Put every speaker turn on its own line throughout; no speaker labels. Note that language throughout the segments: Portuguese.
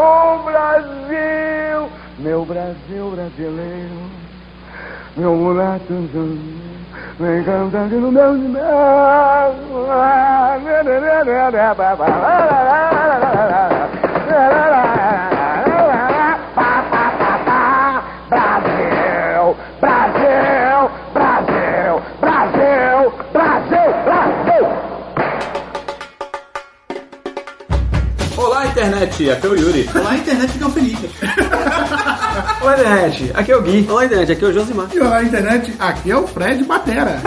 Oh, Brasil! Meu Brasil brasileiro, meu mulato me encantando no meu Brasil, Brasil, Brasil, Brasil, Brasil, Brasil.
Olá, internet! Aqui é o Yuri.
Lá a internet ficam felizes.
Olá, internet. Aqui é o Gui. Olá, internet. Aqui é o Josimar.
E lá a internet, aqui é o Fred Batera.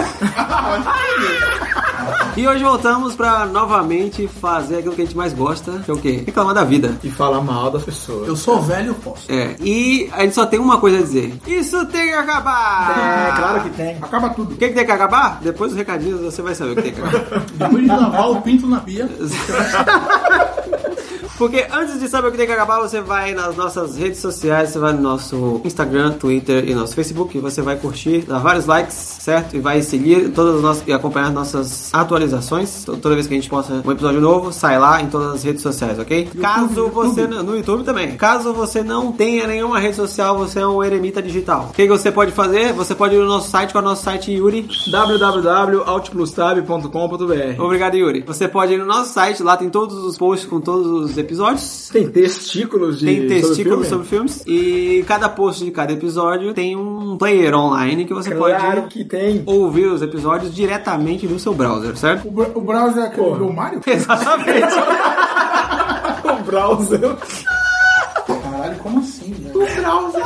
E hoje voltamos pra novamente fazer aquilo que a gente mais gosta, que é o quê? Reclamar da vida.
E falar mal da pessoa.
Eu sou velho, eu posso.
É. E a gente só tem uma coisa a dizer. Isso tem que acabar!
É, claro que tem.
Acaba
O
tudo.
que, que tem que acabar? Depois dos recadinhos você vai saber o que tem que acabar.
Depois de lavar o pinto na pia.
Porque antes de saber o que tem que acabar, você vai nas nossas redes sociais, você vai no nosso Instagram, Twitter e nosso Facebook, e você vai curtir, dar vários likes, certo? E vai seguir todas as nossas e acompanhar as nossas atualizações. To- Toda vez que a gente posta um episódio novo, sai lá em todas as redes sociais, ok? Caso você não- no YouTube também. Caso você não tenha nenhuma rede social, você é um eremita digital. O que, que você pode fazer? Você pode ir no nosso site, qual é o nosso site Yuri?
www.altplustab.com.br
Obrigado, Yuri. Você pode ir no nosso site, lá tem todos os posts com todos os episódios.
Tem testículos de
Tem testículos
sobre
sobre filmes e cada post de cada episódio tem um player online que você
filme? Claro
pode
que tem.
ouvir os episódios diretamente no seu browser, certo?
O, bra- o browser é aquele
Porra.
do Mario?
Exatamente.
O browser.
Caralho, como assim, velho?
O browser.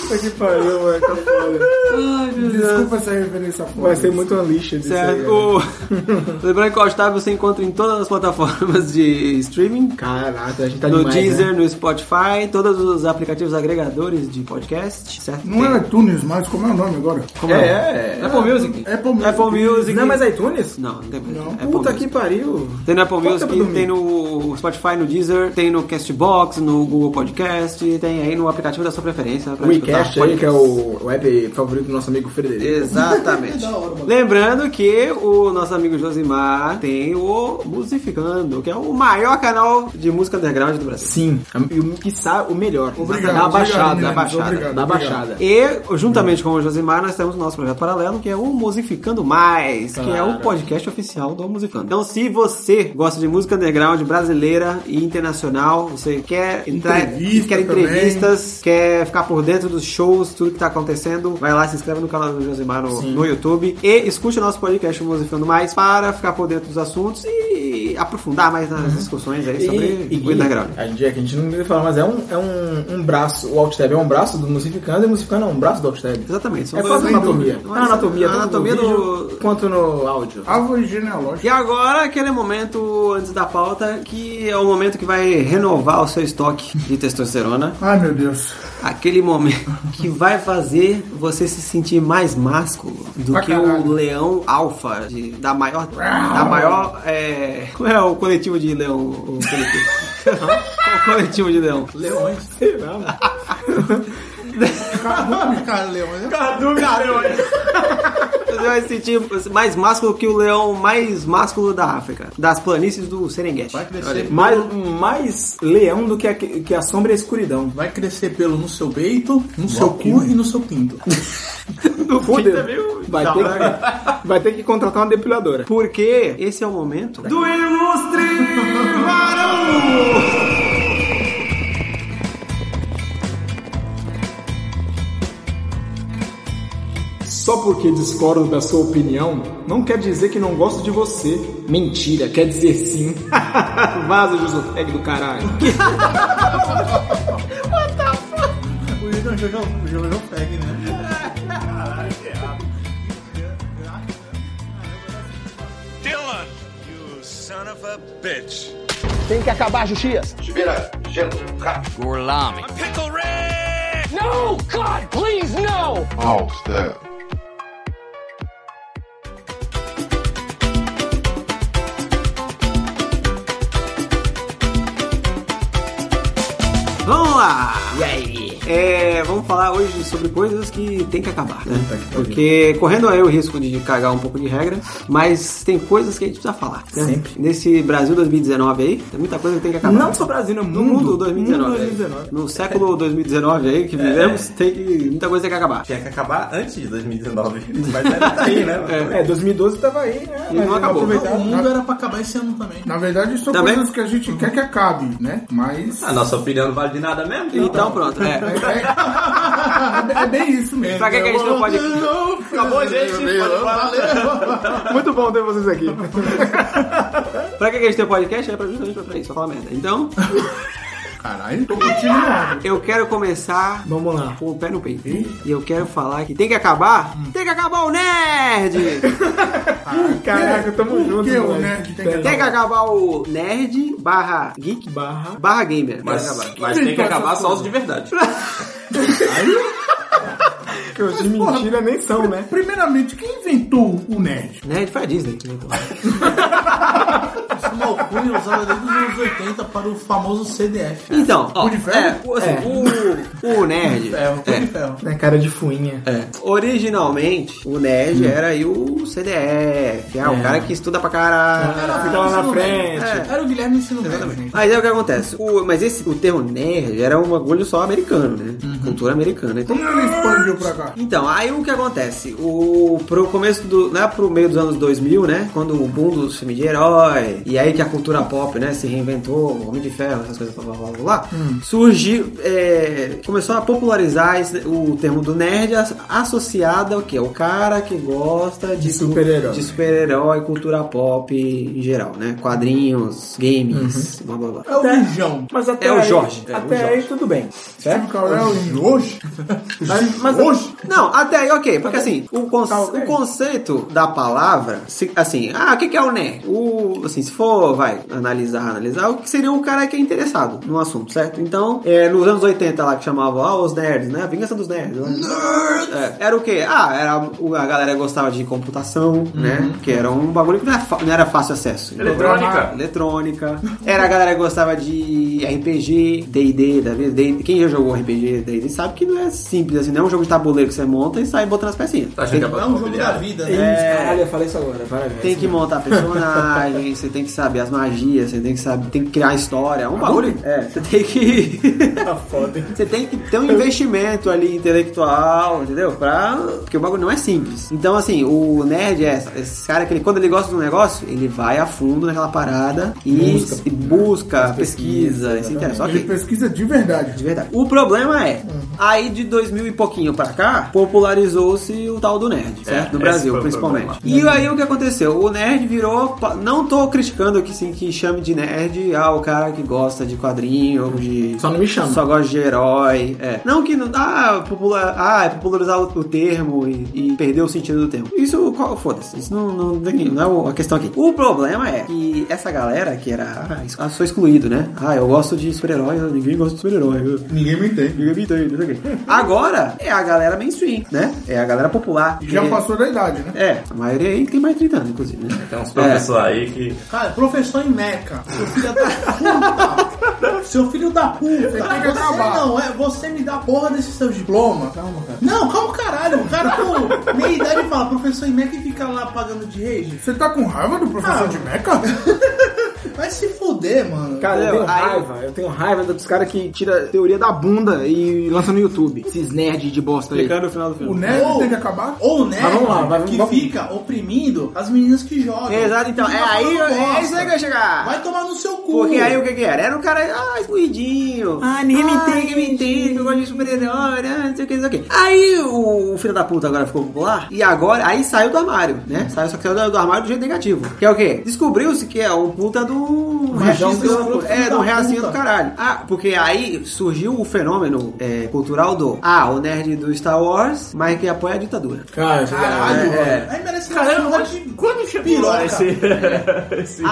Puta que pariu, mano. Tá foda.
Desculpa essa referência foda.
Vai ser muito uma lixa disso aí.
certo.
né?
O- Lembrando que o All-Star você encontra em todas as plataformas de streaming.
Caraca, a gente tá
No
demais,
Deezer,
né?
no Spotify, todos os aplicativos agregadores de podcast, certo?
Não é iTunes mais, como é o nome agora?
Como
É, é.
Apple Music.
Apple Music.
Apple Music.
Não é mais iTunes?
Não, não tem mais.
Não.
Apple
Puta
Music.
que é pariu.
Tem no Apple
Quanto
Music,
tempo dormir?
tem no Spotify, no Deezer, tem no Castbox, no Google Podcast, tem aí no aplicativo da sua preferência. pra
O WeCast
escutar
aí, que é
podcasts.
o web favorito do nosso amigo Frederico.
Exatamente.
Da hora, mano.
Lembrando que o nosso amigo Josimar tem o Musificando, que é o maior canal de música underground do Brasil.
Sim. E o que sabe o melhor.
Obrigado,
Da
obrigado,
baixada.
meninos,
Da baixada.
obrigado,
Da
obrigado.
baixada.
E, juntamente com o Josimar, nós temos o nosso projeto paralelo, que é o Musificando Mais, que é o
Claro.
podcast oficial do Musificando. Então, se você gosta de música underground brasileira e internacional, você quer entrar,
Entrevista
quer
também.
entrevistas, quer ficar por dentro dos shows, tudo que tá acontecendo, vai lá, se inscreve no canal do Josimar no, no YouTube e escute o nosso podcast Musificando Mais para ficar por dentro dos assuntos e aprofundar mais nas discussões aí sobre o underground.
a gente, a gente não deve falar, mas é um, é um, um braço. O Outtab é um braço do Musificando e o Musificando é um braço do Outtab.
Exatamente. são
É
dois-
quase uma anatomia.
Não é-
A anatomia,
a
tanto
anatomia
no
do-
vídeo quanto no áudio.
Árvore
E
genealógica.
agora, aquele momento antes da pauta, que é o momento que vai renovar o seu estoque de testosterona.
Ai, meu Deus.
Aquele momento que vai fazer você se sentir mais másculo do
Pra
que
caralho.
o leão alfa de- da maior. Da maior. É, qual é o coletivo de leão? O coletivo, Qual é o coletivo de leão.
Leões. Caramba, cara, leões.
Cadu,
Você vai se sentir mais másculo que o leão mais másculo da África, das planícies do Serengeti.
Vai crescer,
mais, mais leão do que a, que a sombra e a escuridão.
vai crescer pelo no seu peito, no seu cu e no seu pinto.
Fudeu.
é meio-
Vai,
da
ter
hora.
que, vai ter que contratar uma depiladora.
Porque esse é o momento do ilustre varão!
Só porque discordo da sua opinião, não quer dizer que não gosto de você. Mentira, quer dizer sim. Vaza, Jusoteg do caralho.
O Igor jogou o PEG, né?
Dylan, you son of a bitch. Tem que acabar, Juxias. Tiveira, gelo, rápido. Pickle Rick!
Vamos lá! E aí? é, vamos falar hoje sobre coisas que tem que acabar, né?
Puta que pariu.
Porque correndo aí o risco de cagar um pouco de regra, mas tem coisas que a gente precisa falar. Né?
Sempre.
Nesse Brasil 2019 aí, tem muita coisa que tem que acabar.
Não só Brasil, né?
No mundo 2019.
Mundo
aí.
2019.
No século 2019 aí que vivemos, tem que, muita coisa tem que acabar.
Tinha que é. acabar antes de 2019. Mas ainda tá aí, né?
É, 2012 tava aí, né?
E não acabou.
O
aproveitado.
mundo era pra acabar esse ano também.
Na verdade, são
Também?
coisas que a gente quer que acabe, né? Mas.
A nossa opinião não vale de nada mesmo.
Então, pronto, é.
É, é bem isso mesmo.
Pra que, que a gente não pode.
Acabou, gente. Pode falar.
Muito bom ter vocês aqui.
Pra que, que a gente tem podcast? É pra justamente pra- pra isso, pra falar merda. Então, tá-
Caralho, tô curtindo nada.
eu quero começar
Vamos lá.
com o pé no peito. E eu quero falar que tem que acabar? Tem que acabar o nerd!
Caraca, tamo junto.
Porque o
moleque. tá
nerd tem É, que
Tem que acabar o nerd barra geek
Barra.
barra gamer.
Mas, mas tem que acabar só os de verdade.
Que os de mentira nem são, né?
Primeiramente, quem inventou o nerd?
Nerd foi a Disney. que inventou.
Esse malcunho usado desde os anos 80 para o famoso CDF.
Então, ó,
Punho de ferro?
é, o- assim, O, o nerd.
Ferro, punho
é,
de ferro.
Na cara de fuinha.
Originalmente, o nerd era aí o CDF, ah, o cara que estuda pra caralho. É.
Era o
Fica lá na
Ensino
frente.
médio. Era o Guilherme Ensino Médio.
Mas é o que acontece. O- mas esse, o termo nerd era um bagulho só americano, né? Cultura americana. Então,
Como ele expandiu pra cá?
Então, aí o que acontece? O, pro começo do. lá pro meio dos anos 2000, né? Quando o boom dos filmes de herói, e aí que a cultura pop, né, se reinventou, Homem de Ferro, essas coisas, blá blá blá blá, blá surgiu. é, começou a popularizar esse- o termo do nerd as- associado ao quê? O cara que gosta de, cu-
super-herói.
De super-herói, cultura pop em geral, né? Quadrinhos, games, blá blá blá.
É o Bijão.
Mas até
É o
aí-
Jorge. É, o
Até
Jorge.
aí tudo bem.
Steve Carell em hoje?
é. Mas, mas
Hoje?
Não, até aí, ok. Porque assim, o, con- o conceito da palavra, se- assim, ah, o que, que é o nerd? O, assim, se for, vai, analisar, analisar, o que seria um cara que é interessado no assunto, certo? Então, é, nos anos 80 lá, que chamavam, ah, os nerds, né? A vingança dos nerds. Né? É, era o quê? Ah, era, o- a galera gostava de computação, né? Que era um bagulho que não era, fa- não era fácil acesso.
Eletrônica.
Eletrônica. Era a galera que gostava de RPG, D&D, da vez. D&D. Quem já jogou RPG, D&D, sabe que não é simples assim. Não é um jogo de tabuleiro que você monta e sai botando as pecinhas.
Tá achando que é
É
pra
um jogo da
familiar?
vida, né?
É... Caralho, eu falei isso agora. Parabéns.
Tem que montar personagem, você tem que saber as magias, você tem que saber, tem que criar a história, é um bagulho. É, você tem que
Ah, Tá foda, hein?
você tem que ter um investimento ali intelectual, entendeu? Pra... Porque o bagulho não é simples. Então, assim, o nerd é essa- esse cara que ele- quando ele gosta de um negócio, ele vai a fundo naquela parada e busca, se busca pesquisa, e se interessa.
Ele
Ok.
pesquisa de verdade.
De verdade. O problema é, aí de 2000 e pouquinho pra cá, popularizou-se o tal do nerd, certo? No
É, esse
Brasil,
foi o
principalmente. E aí o que aconteceu? O nerd virou. pa- Não tô criticando que, sim, que chame de nerd ah, o cara que gosta de quadrinho, ou de.
Só não me chama.
Só gosta de herói. É. Não que. não- Ah, popular, ah é popularizar o, o termo e, e perder o sentido do termo. Isso, qual- foda-se. Isso não, não, tem- não é o- a questão aqui. O problema é que essa galera que era. Ah, isso- ah, sou excluído, né? Ah, eu gosto de super-herói, ah, ninguém gosta de super-herói. eu-
Ninguém me entende.
Ninguém me entende, não sei o quê. Agora é a galera mainstream, né? É a galera popular.
Já
É-
passou da idade, né?
É, a maioria aí tem mais de 30 anos, inclusive, né?
Então,
Tem uns professores aí que.
Cara, professor em Meca. Seu filho da puta. Seu filho da puta.
tem que
Você
acabar.
não, é, você me dá a porra desse seu diploma.
Calma, cara.
Não, calma o caralho. O cara com meia idade fala, professor em Meca e fica lá pagando de rage.
Você tá com raiva do professor
Ah.
de Meca?
Vai se fuder, mano.
Cara, eu
Entendeu?
tenho
Aí-
raiva. Eu tenho raiva dos caras que tira teoria da bunda e lança no YouTube.
É.
Esses nerds de bosta aí.
no final do
O nerd
Ou-
tem que acabar?
Ou o nerd
Mas vamos lá, vai-
que
vamos-
fica oprimindo as meninas que jogam.
Exato, então. É
Fica
aí,
falando
é
bosta.
isso aí que eu ia chegar.
Vai tomar no seu cu.
Porque aí o que que era? Era um cara, ah, excluidinho. Ah, ninguém me entende. Ninguém me entende, eu gosto de super-herói, ah, não sei o que, não sei o que. Aí o, o filho da puta agora ficou popular, e agora, aí saiu do armário, né? Saiu, só que saiu do, do armário do jeito negativo. Que é o quê? Descobriu-se que é um puta do...
reação
racista
escroto,
escroto.
filho
É,
da
do reacinho
puta.
do caralho. Ah, porque aí surgiu o fenômeno é, cultural do, ah, o nerd do Star Wars, mas que apoia a ditadura.
Ah,
Caralho,
É.
velho. Aí merece Caramba, uma de quando piroca.
Ah, é, é
Isso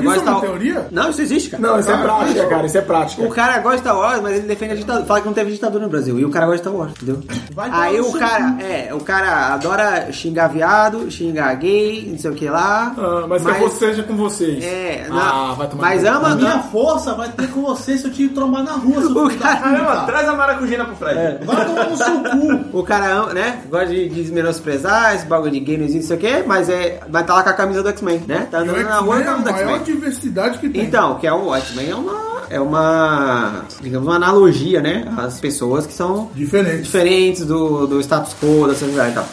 igual
é
Star
uma
Wars.
teoria?
Não, isso existe, cara. Ah,
Não, isso é prática, cara. Isso é
O
prática.
cara gosta de Star Wars, mas ele defende a ditadura. Fala que não teve ditadura no Brasil. E o cara gosta de Star Wars, entendeu?
Vai um tomar
Aí
no
o
seu
cara,
cu.
é, o cara adora xingar viado, xingar gay, não sei o que lá.
Ah, mas que eu seja com vocês.
É, na-
Ah, vai tomar.
Mas é
A
uma.
minha força vai ter com você se eu te trombar na rua, seu
O
filho da
cara-
puta.
Traz a maracujina pro Fred.
É.
Vai tomar no seu cu.
O cara, ama, né? Gosta de, de menosprezar esse bagulho de gamezinho, não sei o quê, mas é, vai estar lá com a camisa do X-Men, né? Tá
O
andando na
X-Men
rua com a
é a
camisa do
maior
X-Men.
diversidade que tem.
Então, que é o X-Men é uma. É uma. Digamos, uma analogia, né? As pessoas que são
Diferente.
diferentes do, do status quo, da sociedade e tal.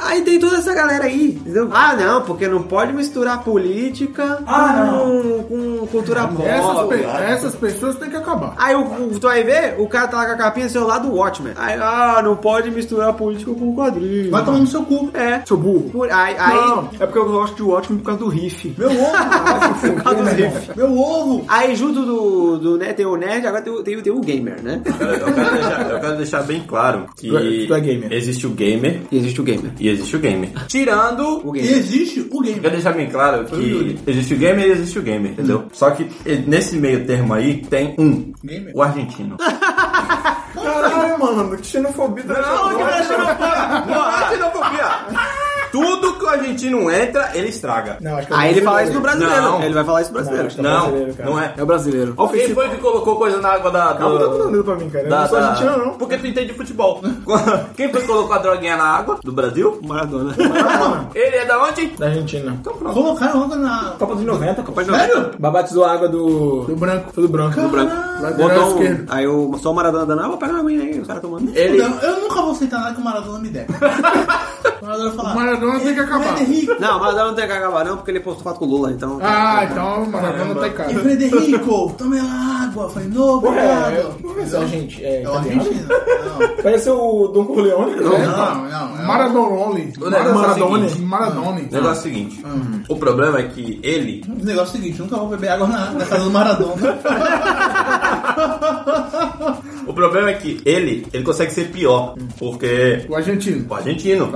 Aí tem toda essa galera aí, entendeu? Ah, não, porque não pode misturar política
Ah,
com, com cultura
Essas,
pop.
pe- essas pessoas têm que acabar.
Aí o, o- tu vai ver, o cara tá lá com a capinha do celular do Watchmen. Aí, ah, não pode misturar política com quadrinho.
Vai tomar no seu cu.
É.
Seu burro.
Por- aí, aí,
Não, é porque eu gosto de Watchmen por causa do riff.
Meu ovo.
causa do riff.
Meu ovo.
aí junto do, do né, tem o nerd, agora tem, o- tem, o- tem o gamer, né?
Eu quero, deixar, eu quero deixar bem claro que
Tu é gamer.
existe o gamer
E existe o gamer.
e existe o gamer. Tirando
O
o
E
gamer.
existe o
Eu
game.
quero deixar bem claro que existe o gamer e existe o gamer, entendeu? Só que eh, nesse meio termo aí tem um,
Gamer.
o argentino.
Caralho, mano, xenofobia tá
ah, Tudo que o argentino entra, ele estraga.
Não, acho que
Aí ele fala isso no brasileiro.
Não.
Ele vai falar isso no brasileiro.
tá
Não, não é.
É o brasileiro. Ó, o
Quem
Felipe.
foi que colocou coisa na água da...
Calma,
do-
tá mudando pra mim, cara. Eu
da-
não sou
da-
argentino, não.
Porque tu entende de futebol. Quem foi que colocou a droguinha na água do Brasil?
Maradona.
Ele é da onde?
Da Argentina.
Então
Colocaram onda na.
Copa de 90, Copa de 90.
Sério?
Babatizou a água do.
Do branco.
do branco. Do branco.
Lateral
Botou um-
esquerdo.
Aí o, só o Maradona dando, ah, vou pegar uma aguinha aí, o cara tomando.
Ele...
Não, eu nunca vou aceitar nada que o Maradona me der. O Maradona falar.
O Maradona tem que acabar.
Frederico.
Não, o Maradona não tem que acabar não, porque ele postou foto com o Lula, então...
Ah, então o Maradona tá em
E
casa.
Frederico, tome a água. Eu falei, não,
É,
obrigado.
eu- gente, é.
É o
cadê?
argentino.
Parece o Don Corleone. né?
Não, não, não.
Maradonoli.
negócio é o
Maradone.
seguinte.
Maradone.
O negócio é o seguinte, o problema é que ele
O negócio é o seguinte, nunca vou beber água na, na casa do Maradona.
O problema é que ele, ele consegue ser pior, porque
O argentino.
o argentino,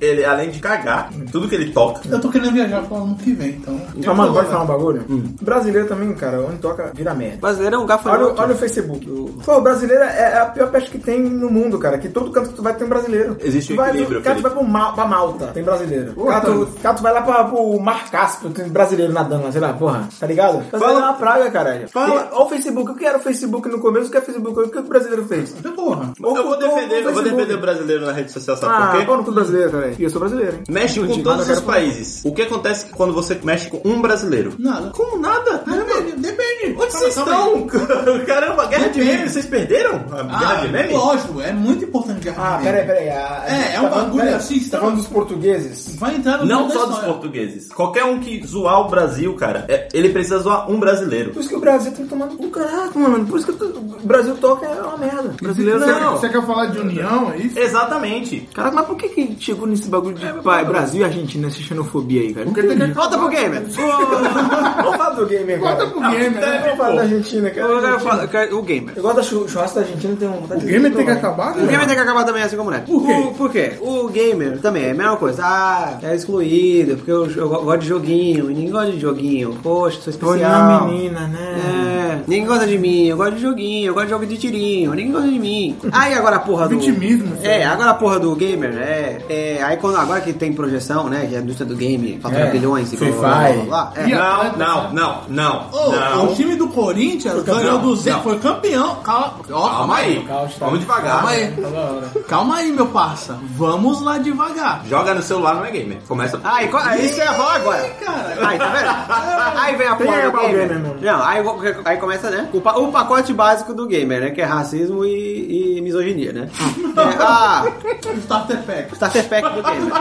ele além de cagar, tudo que ele toca,
Eu tô querendo viajar pro ano que vem, então.
Então, mano, pode falar um bagulho? Brasileiro também, cara, onde toca, vira merda.
Brasileiro é um
Olha,
gafanhoto.
o- olha o Facebook. Pô, o brasileiro é é a pior peste que tem no mundo, cara. Que todo canto que tu vai tem um brasileiro.
Existe
tu
um
vai,
equilíbrio,
Cara, tu vai
Felipe.
pro Mal, pra Malta, tem brasileiro. Cara, tu, cara, tu vai lá pra, pro Mar Cáspio, tem brasileiro nadando lá, sei lá, porra. Tá ligado? Fala na praga, caralho. Fala. Olha o Facebook. O que era o Facebook no começo? O que é o Facebook? O que, o brasileiro fez?
Então, porra.
eu vou defender, eu vou
Facebook.
defender o brasileiro na rede social, sabe
Ah, pau
por quê?
no cu brasileiro, cara. E eu sou brasileiro, hein?
Mexe com
Nada,
todos os
cara, pô.
países. O que acontece quando você mexe com um brasileiro?
Nada.
Como nada?
Depende, depende.
Onde vocês estão? Caramba, guerra de meme, vocês perderam? A guerra
Ah,
de meme?
lógico, é muito importante guerra
Ah,
de
peraí,
meme.
peraí.
É, é um bagulho assim,
Tá
tá-
falando dos portugueses?
Vai entrar no
Não
mundo da
só dos
história.
portugueses. Qualquer um que zoar o Brasil, cara, é- ele precisa zoar um brasileiro.
Por isso que o Brasil tem tomado um caraca, mano. Por isso que tu- o Brasil toca é uma merda. Brasileiro
Você,
Não.
você quer falar de união, é isso?
Exatamente.
Caraca, mas por que que chegou nesse bagulho de pai, Brasil e Argentina, essa xenofobia aí, cara?
Porque tem que
Volta pro gamer.
Vamos falar do gamer, cara.
Volta pro
É,
gamer, né?
Então,
Vamos falar da Argentina, cara.
Eu quero falar- eu quero- o gamer.
Eu gosto da chu- churrasco da Argentina, tem uma vontade
O gamer tem que
acabar.
acabar,
O gamer
né?
tem que acabar também assim como o neto.
Por quê?
O, por quê? O gamer também é a mesma coisa. Ah, é excluído, porque eu, eu go- gosto de joguinho, ninguém gosta de joguinho. Poxa, sou especial.
menina, né?
É, ninguém gosta de mim, eu gosto de joguinho, eu gosto de jogo de tirinho, ninguém gosta de mim. Aí agora a porra do.
Vitimismo,
É, agora a porra do gamer, né? É, aí quando, agora que tem projeção, né? Que a indústria do game fatura
É,
bilhões e
Free
blá, blá, blá,
Fire.
blá, blá. É.
E a-
Não, não, não, não.
Ô,
não.
O time do Corinthians ganhou
Não,
200,
não.
foi campeão. Calma, ó,
Calma aí. Vamos devagar.
calma aí. Calma aí, meu parça. Vamos lá devagar.
Joga no celular, não é gamer. Começa.
Ah, e co- é isso que eu ia falar agora.
Ih, cara.
Aí, tá vendo? Aí vem a
que
porra do
acabar o
gamer.
gamer mesmo.
Não, aí, aí começa, né? O, pa- o pacote básico do gamer, né? Que é racismo e, e misoginia, né? É, ah,
Starter Pack.
starter pack do gamer.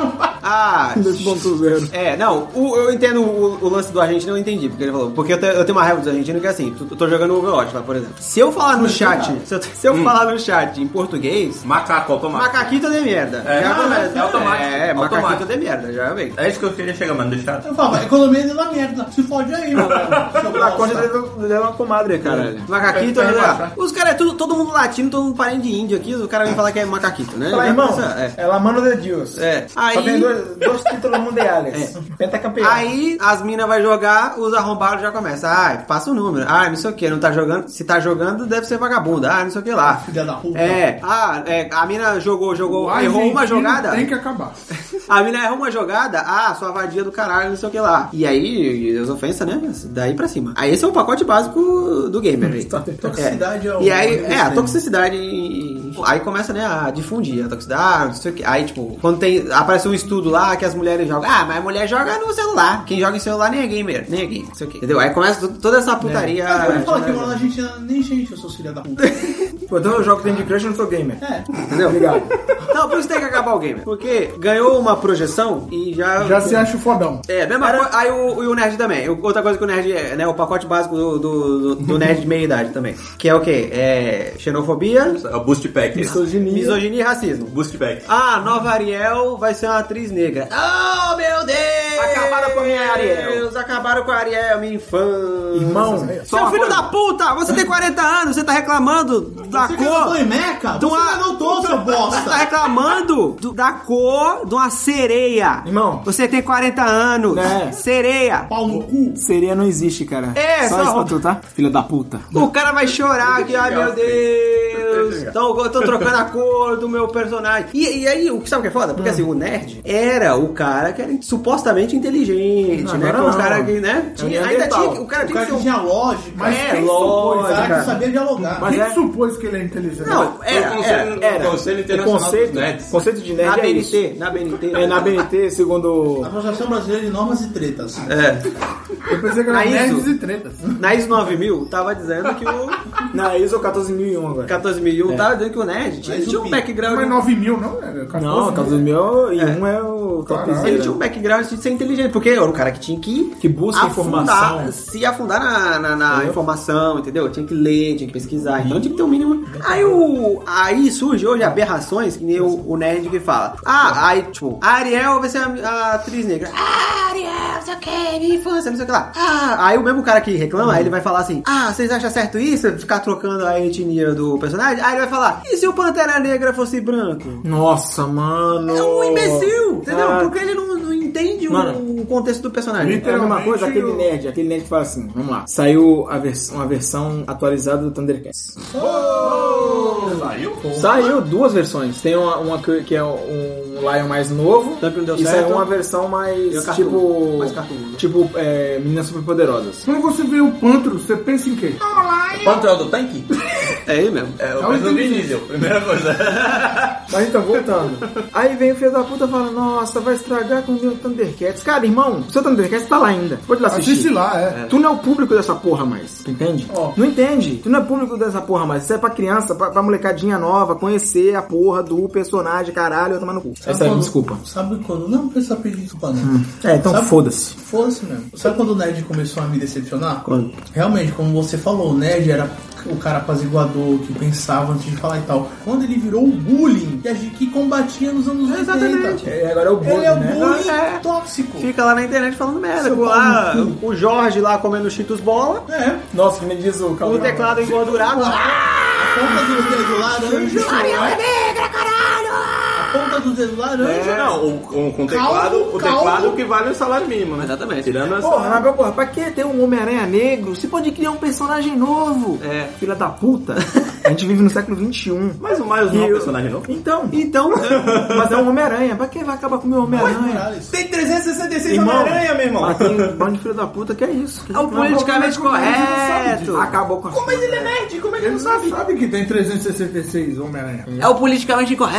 Ah,
2.0.
é, não, o- eu entendo o, o lance do argentino, eu entendi, porque ele falou. Porque eu, te- eu tenho uma raiva dos argentinos que é assim, eu tô jogando Overwatch lá, por exemplo. Se eu falar no chat, se eu, se eu falar no chat em português,
Macaco automático.
macaquito de merda.
É,
já
não,
começa.
é automático,
É, macaquito
automático.
de merda, já vem.
É isso que eu queria chegar, mano. Deixar.
Eu falava, economia é da merda. Se fode aí, meu velho. Seu
A conta
bosta.
dele é uma comadre, cara.
Macaquito,
Pra- pra
né?
rebaixar.
Os caras, é tudo, todo mundo latino, todo mundo parente de índio aqui, o cara vem falar que é macaquito, né?
Fala,
Já
irmão,
pensa, é.
é La Mano de Deus.
É.
Só
Aí-
tem dois, dois títulos mundiales.
É.
Pentacampeão.
Aí as minas vai jogar, os arrombados já começam. Ai, passa o número. Ah, não sei o que, não tá jogando. Se tá jogando, deve ser vagabunda. Ah, não sei o que lá.
Filha da puta.
É, ah, é, a mina jogou, jogou,
O
errou uma
argentino
jogada.
Tem que acabar.
A mina errou uma jogada, ah, sua vadia do caralho, não sei o que lá. E aí, e as ofensas, né? Daí pra cima. Aí esse é o pacote básico do gamer. aí.
Toxicidade é, o.
E aí, é, a toxicidade. e- Aí começa, né, a difundir a toxicidade, não sei o que. Aí, tipo, quando tem. Aparece um estudo lá que as mulheres jogam. Ah, mas a mulher joga no celular. Quem joga em celular nem é gamer, nem é gamer, não sei o que. Entendeu? Aí começa to- toda essa putaria. né,
Mas eu falar É. que mora na Argentina, nem gente, eu sou filha da puta.
Pô, então eu jogo Candy Crush e não sou gamer.
É.
Entendeu?
Obrigado.
Não, por isso tem que acabar o gamer. Porque ganhou uma projeção e já.
Já se acha o fodão.
É, mesma coisa. Aí o, e o Nerd também. O- Outra coisa que o Nerd é, né? O pacote básico do, do, do- do Nerd de meia idade também. Que é o quê? É. Xenofobia,
O Boost Pack.
misoginia e racismo.
Boost Pack.
Ah, nova Ariel vai ser uma atriz negra. Oh, meu Deus!
Acabaram com a minha Ariel.
Deus, Acabaram com a Ariel, minha infância.
Irmão, só
Seu
uma
filho
coisa.
da puta! Você tem 40 anos, você tá reclamando da
Você ganhou
cor.
do Imeca?
Do
Você
a-
ganhou todo, seu
Você tá
bosta.
reclamando do- da cor de uma sereia.
Irmão.
Você tem 40 anos.
Né?
Sereia.
Pau no cu.
Sereia não existe, cara.
É,
só
só-
isso pra tu, tá? Filha da puta.
O cara vai chorar que, ai meu Deus, tô, eu tô trocando a cor do meu personagem. E, e aí, o que sabe o que é foda? Porque assim, o nerd era o cara que era supostamente inteligente, né?
agora
Que é o
não.
cara que, né? Tinha, ainda tinha, que- o cara tinha
O cara
que ser
que
um.
tinha lógica.
Mas
É,
quem
lógico,
supôs?
O cara
cara.
que sabia dialogar.
Mas
Quem
é-
supôs que ele é inteligente?
Não,
É,
era, era.
Conselho,
era.
Conselho
O
Internacional dos
conceito,
Nerds.
conceito de
Na
nerd é isso.
BNT, na BNT.
É, na BNT, segundo...
A Associação Brasileira de Normas e Tretas.
É.
Eu pensei que era
Aí
nerds
isso.
e tretas.
Na ISO 9000, tava dizendo que o
Na ISO 14001 agora.
14001 tava dizendo que o nerd tinha,
Mas
tinha
o
um
Pi-
Mas
background.
9 mil, não? né? Era 14
Não, tá-
mil.
14001 é. é o
Ele
topzera.
tinha um background de ser inteligente, porque era um cara que tinha que,
Que busca informação.
se afundar na, na- na informação, entendeu? Tinha que ler, tinha que pesquisar, então tinha que ter um mínimo. Aí o. Aí surge hoje aberrações, que nem o, o nerd que fala. Ah, aí, tipo, a Ariel vai ser a, a atriz negra. Ah, Ariel, não sei o que, minha infância, não sei o que lá. Ah, aí o mesmo cara que reclama,
Uhum.
ele vai falar assim: Ah, vocês acham certo isso? Ficar trocando a etnia do personagem? Aí ele vai falar: E se o Pantera Negra fosse branco?
Nossa, mano.
É um imbecil, entendeu?
Ah.
Porque ele não, não entende o-
Mano.
o contexto do personagem.
É a mesma coisa, aquele
Literalmente,
nerd, aquele nerd que fala assim, vamos lá. Saiu a vers uma versão atualizada do Thundercats.
Oh!
Saiu? Saiu duas versões. Tem uma, uma que que é um Lion mais novo.
Tanto que não deu
e
certo.
saiu é uma versão
E o
mais
cartoon.
tipo.
Mais cartoon, né?
Tipo, é, Meninas Superpoderosas.
Quando você vê o pântano, você pensa em quê?
Quanto é o do tanque?
É ele mesmo.
É,
É o
o do
inteligente.
Vinícius, primeira coisa.
Mas então, voltando. Aí vem o filho da puta e fala, nossa, vai estragar com o meu Thundercats. Cara, irmão, o seu Thundercats tá lá ainda. Pode lá assistir.
Assiste lá, é.
Tu não é o público dessa porra mais, tu entende? Não entende. Tu não é público dessa porra mais. Isso é pra criança, pra, pra molecadinha nova, conhecer a porra do personagem, caralho, eu tomar no cu. É sério,
quando-
desculpa.
Sabe quando? Não precisa pedir desculpa, não.
É, então
Sabe-
foda-se.
Foda-se mesmo. Sabe quando o nerd começou a me decepcionar? Quando? Realmente, como você falou, o nerd era o cara apaziguador que pensava antes de falar e tal. Quando ele virou o bullying que, a gente- que combatia nos anos 80.
É, agora é o
Ele é o bullying
É.
tóxico.
Fica lá na internet falando merda.
Seu
com
pau
lá,
no
o Jorge lá comendo Cheetos bola,
É.
Nossa, que nem diz o
o
Calma.
teclado engordurado.
A ponta dos dedos laranja. A ponta dos dedos laranja.
É.
Não, o, o, com o teclado,
Calvo,
o teclado
calvo.
que vale o salário mínimo, né?
Exatamente.
Tirando essa...
Porra, mas, porra, pra que ter um Homem-Aranha negro? Você pode criar um personagem novo.
É.
Filha da puta. A gente vive no século XXI.
Mas o Miles não é um personagem novo?
Então,
Então,
mas é um Homem-Aranha. Pra que vai acabar com o meu Homem-Aranha?
Morales.
Tem 366
Irmão.
Homem-Aranha, meu irmão.
Mas tem um bando de filho da puta que é isso. Que
é o politicamente correto.
Acabou com a Como ele é nerd? Como
Ele não sabe. que tem 366 Homem-Aranha.
É o politicamente correto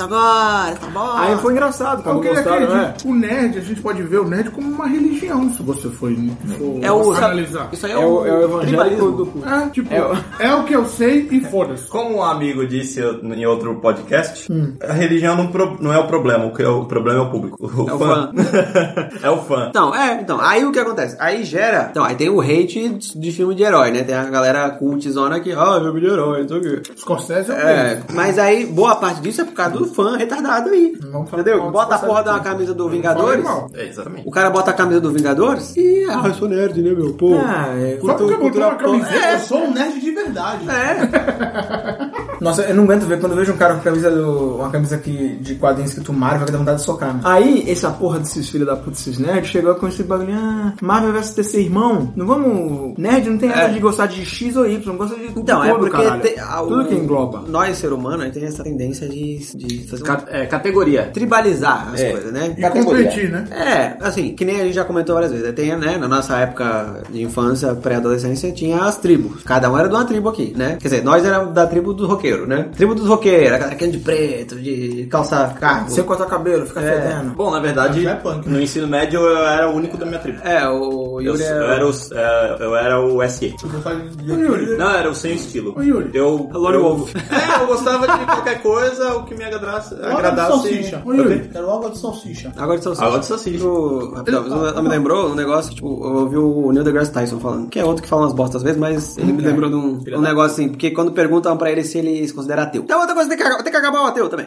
agora, tá bom?
Aí foi engraçado, acabou
Porque ele
gostando, né?
acredita. O nerd, a gente pode ver o nerd como uma religião, se você for, for
É o-
analisar.
Isso aí
É
é,
o, é o evangélico
tribalismo.
do cu.
É, tipo,
É o-
é o que eu sei e foda-se.
Como um amigo disse em outro podcast,
Hum.
a religião não, pro- não é o problema, o, que é o problema é o público. O
É o
é o fã.
Então, é, então, aí o que acontece? Aí gera. Então, aí tem o hate de filme de herói, né? Tem a galera cultzona que, ah, filme de herói, não sei o quê.
Scorsese é o
É, mas aí boa parte disso é por causa do fã retardado aí. Entendeu? Bota a porra de uma camisa do Vingadores.
mal.
É, exatamente.
O cara bota a camisa do Vingadores e. Ah, eu sou nerd, né, meu? Pô.
Ah, é-
É.
Só porque botou uma camiseta.
Eu sou um nerd de verdade.
É.
Nossa, eu não aguento ver quando eu vejo um cara com camisa do, uma camisa aqui de quadrinho escrito Marvel, vai dar vontade de socar, né? Aí, essa porra desses filhos da puta, desses nerds, chegou com esse bagulho, ah, Marvel vs DC, irmão, não vamos... Nerd não tem
É.
nada de gostar de X ou Y, gosta de tudo
Então, é
todo,
porque
caralho.
tem- a- o-
tudo que engloba.
nós, ser humano, a gente tem essa tendência de, de fazer um-
Ca- é, categoria.
tribalizar as coisas, né?
E competir, né?
É, assim, que nem a gente já comentou várias vezes. né? Tem, né, na nossa época de infância, pré-adolescência, tinha as tribos. Cada um era de uma tribo aqui, né? Quer dizer, nós éramos da tribo do roqueiro, né? Tribo dos roqueiros, aquela aquele de preto, de calça É. cargo.
Sem cortar cabelo, fica fedendo.
Bom, na verdade,
Não, já é punk.
no ensino médio eu era o único da minha tribo.
É, o
Eu,
Yuri era-
eu era o, é, eu era o SE.
Eu vou falar de-
Não, era o sem estilo.
Ô, Yuri.
Eu.
Louro
eu-
Ovo.
É, eu gostava de qualquer coisa, o que me agradasse.
Logo de
agradasse.
salsicha. Ô,
Eu
Yuri,
vi.
quero logo de salsicha.
Agora de salsicha.
Agora de salsicha.
Tipo, rapidão, mas ela me lembrou um negócio, tipo, eu ouvi o Neil deGrasse Tyson falando, que é outro que fala umas bostas às vezes, mas ele me lembrou de um, um negócio assim, porque quando perguntam pra ele se ele se considera ateu. Então outra coisa, tem que, acabar- tem que acabar o ateu também.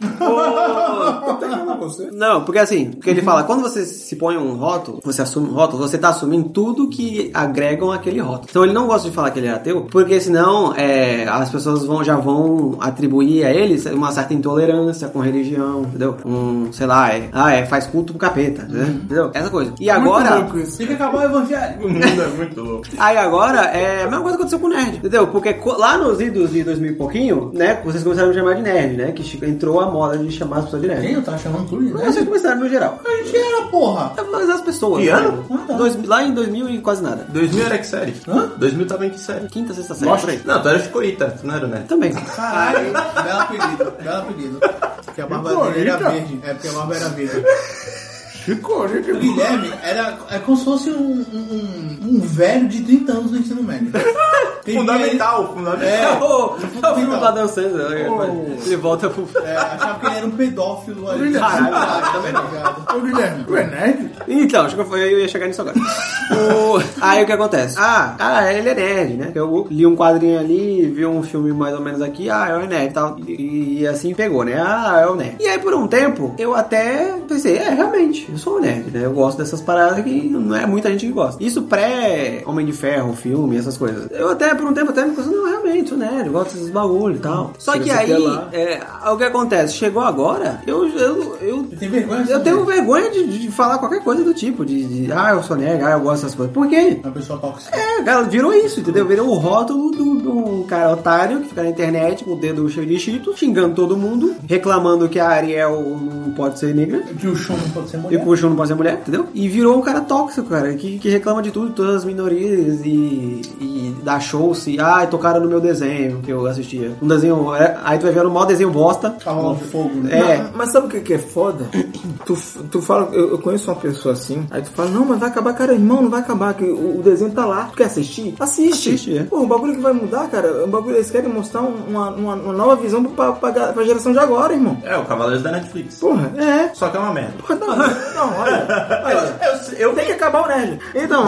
Não, porque assim, porque ele fala, quando você se põe um rótulo, você assume um rótulo, você tá assumindo tudo que agregam aquele rótulo. Então ele não gosta de falar que ele é ateu, porque senão é, as pessoas vão, já vão atribuir a ele uma certa intolerância com religião, entendeu? Um, sei lá, é, ah, é, faz culto pro capeta,
Uhum.
né? Entendeu? Essa coisa. E agora.
louco isso.
Tem que acabar o evangelho.
O mundo é muito louco.
Aí agora é a mesma coisa que aconteceu com o nerd, entendeu? Porque co- lá nos idos de 2000 e pouquinho, né? Vocês começaram a me chamar de nerd, né? Que chi- entrou a moda de chamar as pessoas de nerd.
Quem? Eu tava chamando tudo, né?
Não, vocês começaram no geral.
A gente era, porra.
Mas as pessoas.
Que
né?
ano?
Ah, tá.
Dois- lá em 2000 e quase nada.
2000 era que série?
Hã?
2000 tava em que série?
Quinta, sexta série. por
Mostra
aí.
aí. Não, tu era de Coita, tu não era, né?
Também.
Caralho, belo apelido, belo apelido. Porque a barba dele era
Eita.
verde. É, porque a barba era verde.
Chico, né?
O Guilherme era, é como se fosse um, um, um velho de 30 anos no ensino médio. Tem
Fundamental,
que- É,
fundamental.
É o
fundamental.
filme do Adam Sandler. Ele volta pro.
é, achava que ele era um pedófilo ali.
Guilherme.
Caralho, também não.
Ô, Guilherme, tu é nerd?
Então, acho que eu fui- eu ia chegar nisso agora. O- Aí o que acontece? Ah, ah, ele é nerd, né? Eu li um quadrinho ali, vi um filme mais ou menos aqui, ah, é o nerd e tal. E, e assim pegou, né? Ah, é o nerd. E aí por um tempo, eu até pensei, é, realmente, eu sou um nerd, né? Eu gosto dessas paradas que não é muita gente que gosta. Isso pré-Homem de Ferro, filme, essas coisas. Eu até por um tempo até me pensei, não, realmente, sou nerd, eu gosto desses bagulho e tal. Só que aí, é, o que acontece? Chegou agora, eu, eu, eu
Tem vergonha?
eu tenho
é.
vergonha de, de falar qualquer coisa do tipo, de, de, ah, eu sou nerd, ah, eu gosto dessas coisas. Por quê?
Uma pessoa tóxica.
É, cara, virou isso, entendeu? Virou o rótulo do, do cara otário que fica na internet com o dedo cheio de chito, xingando todo mundo, reclamando que a Ariel não pode ser negra.
Que o chum não pode ser
E
mulher.
que o Chu não pode ser mulher, entendeu? E virou um cara tóxico, cara, que, que reclama de tudo, todas as minorias e, e dá show se, ah, tocaram no meu desenho que eu assistia. Um desenho, aí tu vai ver um mau desenho bosta.
Tá
Cavalo de fogo. né?
É.
Mas, mas sabe o que, que é foda? Tu, tu fala, eu, eu conheço uma pessoa assim, aí tu fala, não, mas vai acabar, cara, irmão, não vai acabar, que o, o desenho tá lá. Tu quer assistir? Assiste.
Assiste, é.
Pô, um bagulho que vai mudar, cara, um bagulho, eles querem mostrar um- uma, uma, uma nova visão pra, pra, ga- pra geração de agora, irmão.
É, o Cavaleiros da Netflix.
Porra, é.
Só que é uma merda.
Porra, não, não, olha. olha.
Eu, eu,
Tem que acabar o nerd. Então,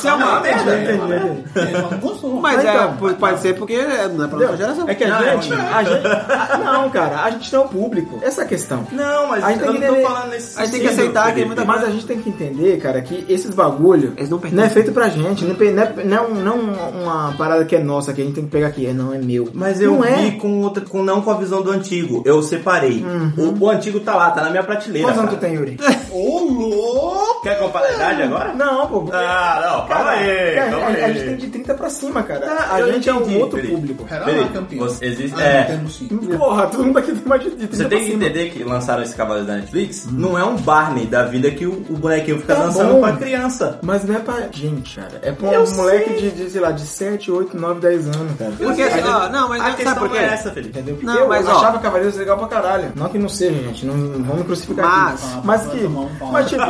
se é uma merda.
é.
É,
Ele não gostou.
Mas
Ah, então.
é, pode- pode ser porque é, não é pra nossa geração.
é que a
Não,
gente, a gente- a- não, cara, a gente não é o público. Essa é a questão.
Não, mas
A gente tem
eu
que
não tô
entender-
falando nesse
a gente tem que
sentido,
aceitar que é
Felipe.
muita
Mas a gente tem que entender, cara, que esses bagulho
Eles não
não
pertencem.
é feito pra gente. Não, pe- não é, não, é um- não uma parada que é nossa, que a gente tem que pegar aqui. É, não, é meu.
Mas eu
não
vi
É.
com outra, com, não com a visão do antigo. Eu separei. O, o antigo tá lá, tá na minha prateleira.
Uhum. Quantos anos tu
cara.
tem, Yuri?
Ô, louco!
Quer que eu fale a idade agora? é,
Não, pô. porque-
Ah, não, calma aí,
cara,
calma
a, a
aí.
gente tem de 30 pra cima, cara.
Tá,
a
eu
gente é um
entendi,
outro
Felipe.
público.
Pera
Peraí,
lá, campeão.
você- existe-
Ah,
é.
temos sim.
Porra, todo mundo aqui tem mais de 30
Você
pra
tem que
cima.
entender que lançaram esse Cavaleiro da Netflix não é um Barney da vida que o, o bonequinho fica
Tá
dançando
bom.
pra criança.
Mas não é pra gente, cara. É pra um
Eu
moleque
sei.
de, de, sei lá, de 7, 8, 9, 10 anos, cara.
Porque assim, ó, não, mas
a
não, sabe
questão
por quê?
é essa, Felipe.
Entendeu? Porque
Não,
eu
mas, ó.
achava Cavaleiros legal pra caralho. Não que não seja, gente. Não, não vamos crucificar
Mas-
aqui. Mas que...
Vai tomar um pau.
Mas tipo...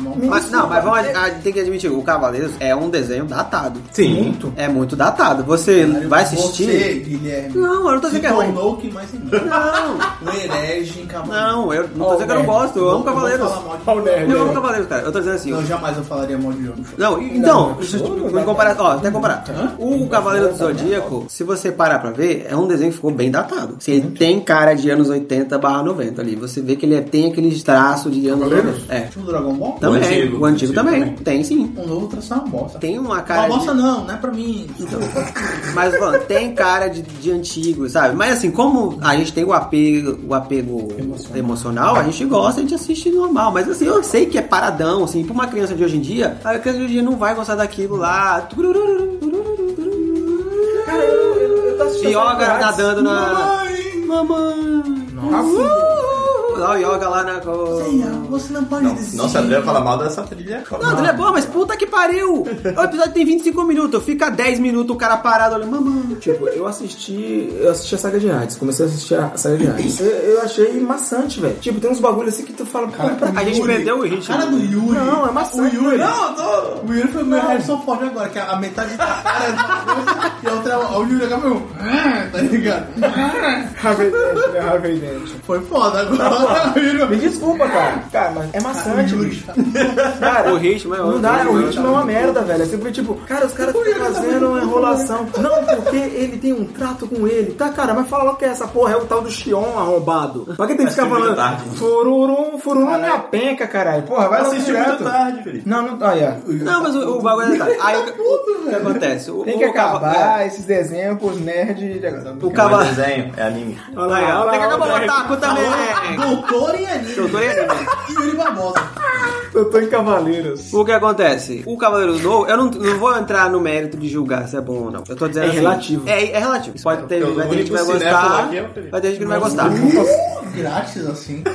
me
Mas,
desculpa.
não, mas vamos, a, gente tem que admitir, o Cavaleiros é um desenho datado.
Sim.
Muito.
É muito datado. Você vai assistir.
Você, Guilherme.
Não, eu não tô
se
dizendo que é ruim.
tornou Então, o que mais se engana.
Não,
O herege um em cavalo.
não, eu não tô dizendo que eu não gosto, eu amo Cavaleiros. Eu amo Cavaleiros, cara. Eu tô dizendo assim.
Eu
o-
jamais eu falaria mal de jogo.
Não, e- então, isso, tipo, em compara- ó, até comparar. O Cavaleiro do Zodíaco, se você parar pra ver, é um desenho que ficou bem datado. Assim, ele tem cara de anos 80 barra 90 ali. Você vê que ele é- tem aqueles traços de anos 90. É.
Tipo Dragon Ball?
Também. O antigo,
antigo, antigo
também.
também.
Tem sim.
O Um novo trouxe uma bosta.
Tá. Tem uma cara.
Uma
de-
bosta não, não é pra mim.
Mas, mano, tem cara de, de antigo, sabe? Mas assim, como a gente tem o apego, o apego emocional. a gente gosta, a gente assiste normal. Mas assim, eu sei que é paradão, assim, pra uma criança de hoje em dia, a criança de hoje em dia não vai gostar daquilo lá. E Yoga nadando na. Mamãe! Nossa! é. Lá o Yoga lá na.
Leia, você não pode
Não,
desistir.
nossa, a André fala mal dessa trilha.
Não, André é bom, mas puta que pariu! O episódio tem 25 minutos, fica 10 minutos o cara parado olhando, mamãe.
Tipo, eu assisti. Eu assisti a saga de Hades. Comecei a assistir a saga de Hades. Eu, eu achei maçante, velho. Tipo, tem uns bagulhos assim que tu fala. pô, pra...
A gente perdeu o ritmo.
Cara do Yuri.
Não, é maçante.
O Yuri.
Não,
O Yuri foi o meu Robson Ford agora, que é a metade da cara é uma coisa e a outra é uma- o Yuri acabou. "Ah", Tá ligado?
Harvey Dent, né? Harvey Dent.
Foi foda agora. O Yuri. é
Me desculpa, cara. Cara, mas é maçante.
O
bicho.
Yuri.
Cara,
O ritmo é
Não
outro,
dá,
né?
o ritmo é uma merda, velho. É sempre tipo, cara, os caras ficam fazendo uma enrolação. Não, porque ele tem um trato com ele. Tá, cara, mas fala logo que é essa porra é o tal do Xion arrombado. Pra que tem que ficar
Assistiu muito
falando?
tarde.
Fururum, fururum é minha penca, caralho. Porra, vai assistir
Assistiu muito
direto.
tarde, Felipe.
Não, não, olha.
Não, mas o, o bagulho é. detalhe. Aí o, o que acontece? O,
Tem que
o cava- é,
acabar esses desenhos pros nerds.
O
Não é
cavalo.
desenho, é anime.
Olha lá, olha lá,
Tem que acabar o
olha lá.
otaku também. né?
Doutor em anime.
Doutor em anime.
E Yuri Barbosa.
Eu tô em Cavaleiros.
O que acontece? O Cavaleiro Novo, eu não, não vou entrar no mérito de julgar se é bom ou não. Eu tô dizendo
É
assim,
relativo.
É, é relativo. Pode ter,
Eu-
vai
o
ter gente que
único
vai
cinéfilo
gostar.
aqui é o Felipe.
Vai ter gente que não vai gostar.
Grátis assim.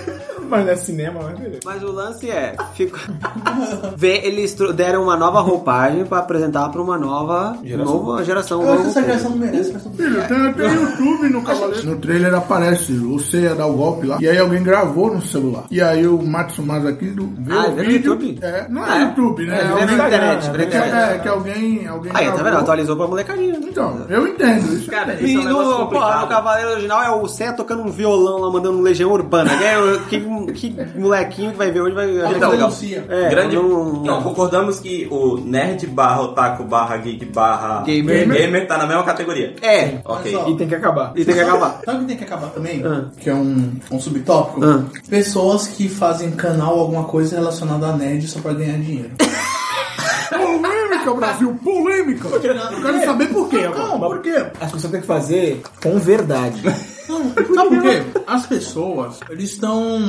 Mas não é cinema, mas beleza.
Mas o lance é, fico... Vê, eles tro- deram uma nova roupagem pra apresentar pra uma nova geração. Nova geração
Eu acho que
novo
essa
público.
geração não merece, mas tudo bem.
Tem até Então, YouTube no Cavaleiro. No trailer aparece, você ia dar o golpe lá, e aí alguém gravou no celular. E aí o Matsumasa aqui do- vê
Ah,
o
vê no
vídeo.
YouTube?
É, não
Ah,
é,
é.
YouTube, né?
É, vê
alguém-
na internet, vê na
é,
internet.
é, que alguém, alguém
Aí, tá
gravou.
vendo? Atualizou pra molecadinha. né?
Então, eu entendo isso.
Cara,
E
isso é um negócio
no, porra, no
complicado.
Cavaleiro Original é o Sé tocando um violão lá, mandando um Legião Urbana. né? Eu- Que, que molequinho que vai ver hoje vai achar
Então,
que legal.
denuncia.
É,
Grande...
mandando um-
Não, concordamos que o nerd barra otaku barra geek barra
Gamer.
gamer tá na mesma categoria.
É,
Ok.
Mas, ó,
E tem que acabar.
e tem que acabar. Ah.
Sabe o que tem que acabar também? Que é um, um subtópico? Pessoas que fazem canal ou alguma coisa relacionada a nerd só pra ganhar dinheiro.
Polêmica, Brasil, polêmica. Eu quero saber por quê.
Não, por quê?
As pessoas têm que fazer com verdade.
Não, sabe por quê? As pessoas, eles estão.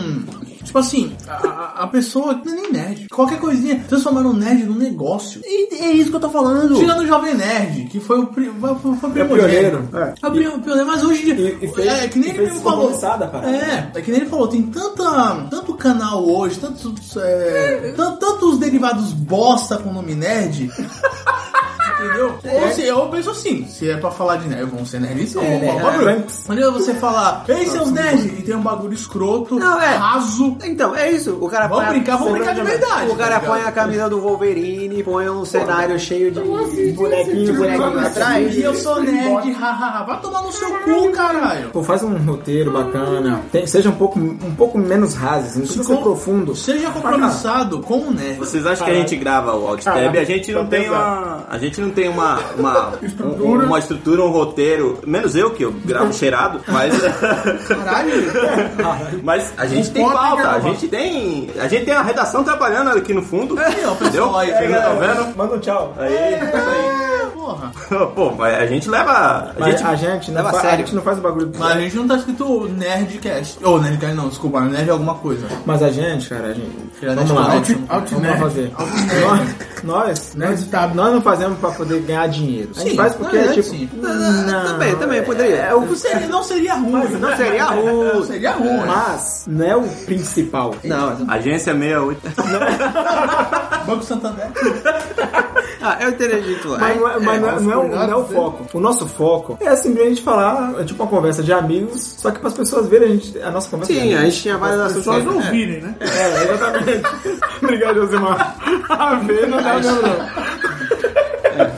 Tipo assim, a- a, a pessoa não é nem nerd. Qualquer coisinha, transformaram o nerd num negócio. E é isso que eu tô falando. Tirando o Jovem Nerd, que foi o, pri- foi, foi o primogênito.
pioneiro, é.
É o prim- pioneiro, mas hoje em dia.
E- e fez-
é, que nem
e
ele
fez
mesmo
uma
falou.
balançada, cara.
É, é que nem ele falou, tem tanta, tanto canal hoje, tantos, é, tan- tantos derivados bosta com nome nerd. Entendeu? Ou se, eu penso assim, se é pra falar de nerd, vão ser nerds, vão falar o bagulho. É, né? Quando você falar, ei seus nerds, e tem um bagulho escroto,
Não, é.
raso.
Então, é isso. O cara
Vamos
põe a-
brincar, vamos brincar de verdade.
O cara
tá
põe
ligado?
a camisa do Wolverine, põe um cenário cheio de bonequinho, bonequinho
Tá
atrás.
E eu sou nerd, hahaha. Vai tomar no seu cu, caralho.
Pô, faz um roteiro bacana. Tem- seja um pouco, um pouco menos raso, não precisa ser
Com-
profundo.
Seja compromissado com o nerd.
Vocês acham que a gente grava o Outstab?
Caralho,
A gente não
tá
tem
pesado.
uma. A gente não tem uma. Uma estrutura, uma estrutura um roteiro. Menos eu, que eu gravo cheirado, mas.
Caralho. Um
mas a gente tem
Pode
pauta, a
gravar.
gente tem. A gente tem a redação trabalhando aqui no fundo.
Aí, ó,
Entendeu?
pessoal aí,
Vocês não
galera.
estão vendo?
Manda um tchau.
Aí, isso
É, porra.
aí. Pô, mas a gente leva. A
Mas
gente
a gente, não
leva
fa-
a
a
sério.
gente não faz o bagulho.
Mas a gente não tá escrito Nerdcast. Ou Nerdcast não, desculpa, Nerd é alguma coisa.
Mas a gente, cara, a gente.
Filha
Vamos
da
lá,
Out-
vamos lá fazer. Nós, nós, nós, nós não fazemos pra poder ganhar dinheiro. A gente
Sim,
faz porque
na
é
verdade,
tipo.
sim.
Não,
Também, também, poderia.
É, o,
Seria- não seria ruim.
não seria ruim.
Não seria ruim.
mas não é o principal.
Não,
Agência é 68.
Banco Santander.
ah, eu entendi tu.
Mas, não é, mas não é- não é o, não é
né?
o foco. O nosso foco é simplesmente falar, é tipo uma conversa de amigos, só que para as pessoas verem a, gente, a nossa conversa.
Sim, a gente tinha vários assuntos.
Só ouvirem, né?
É, exatamente. Obrigado, Tá Josimar. A ver não dá mesmo, não.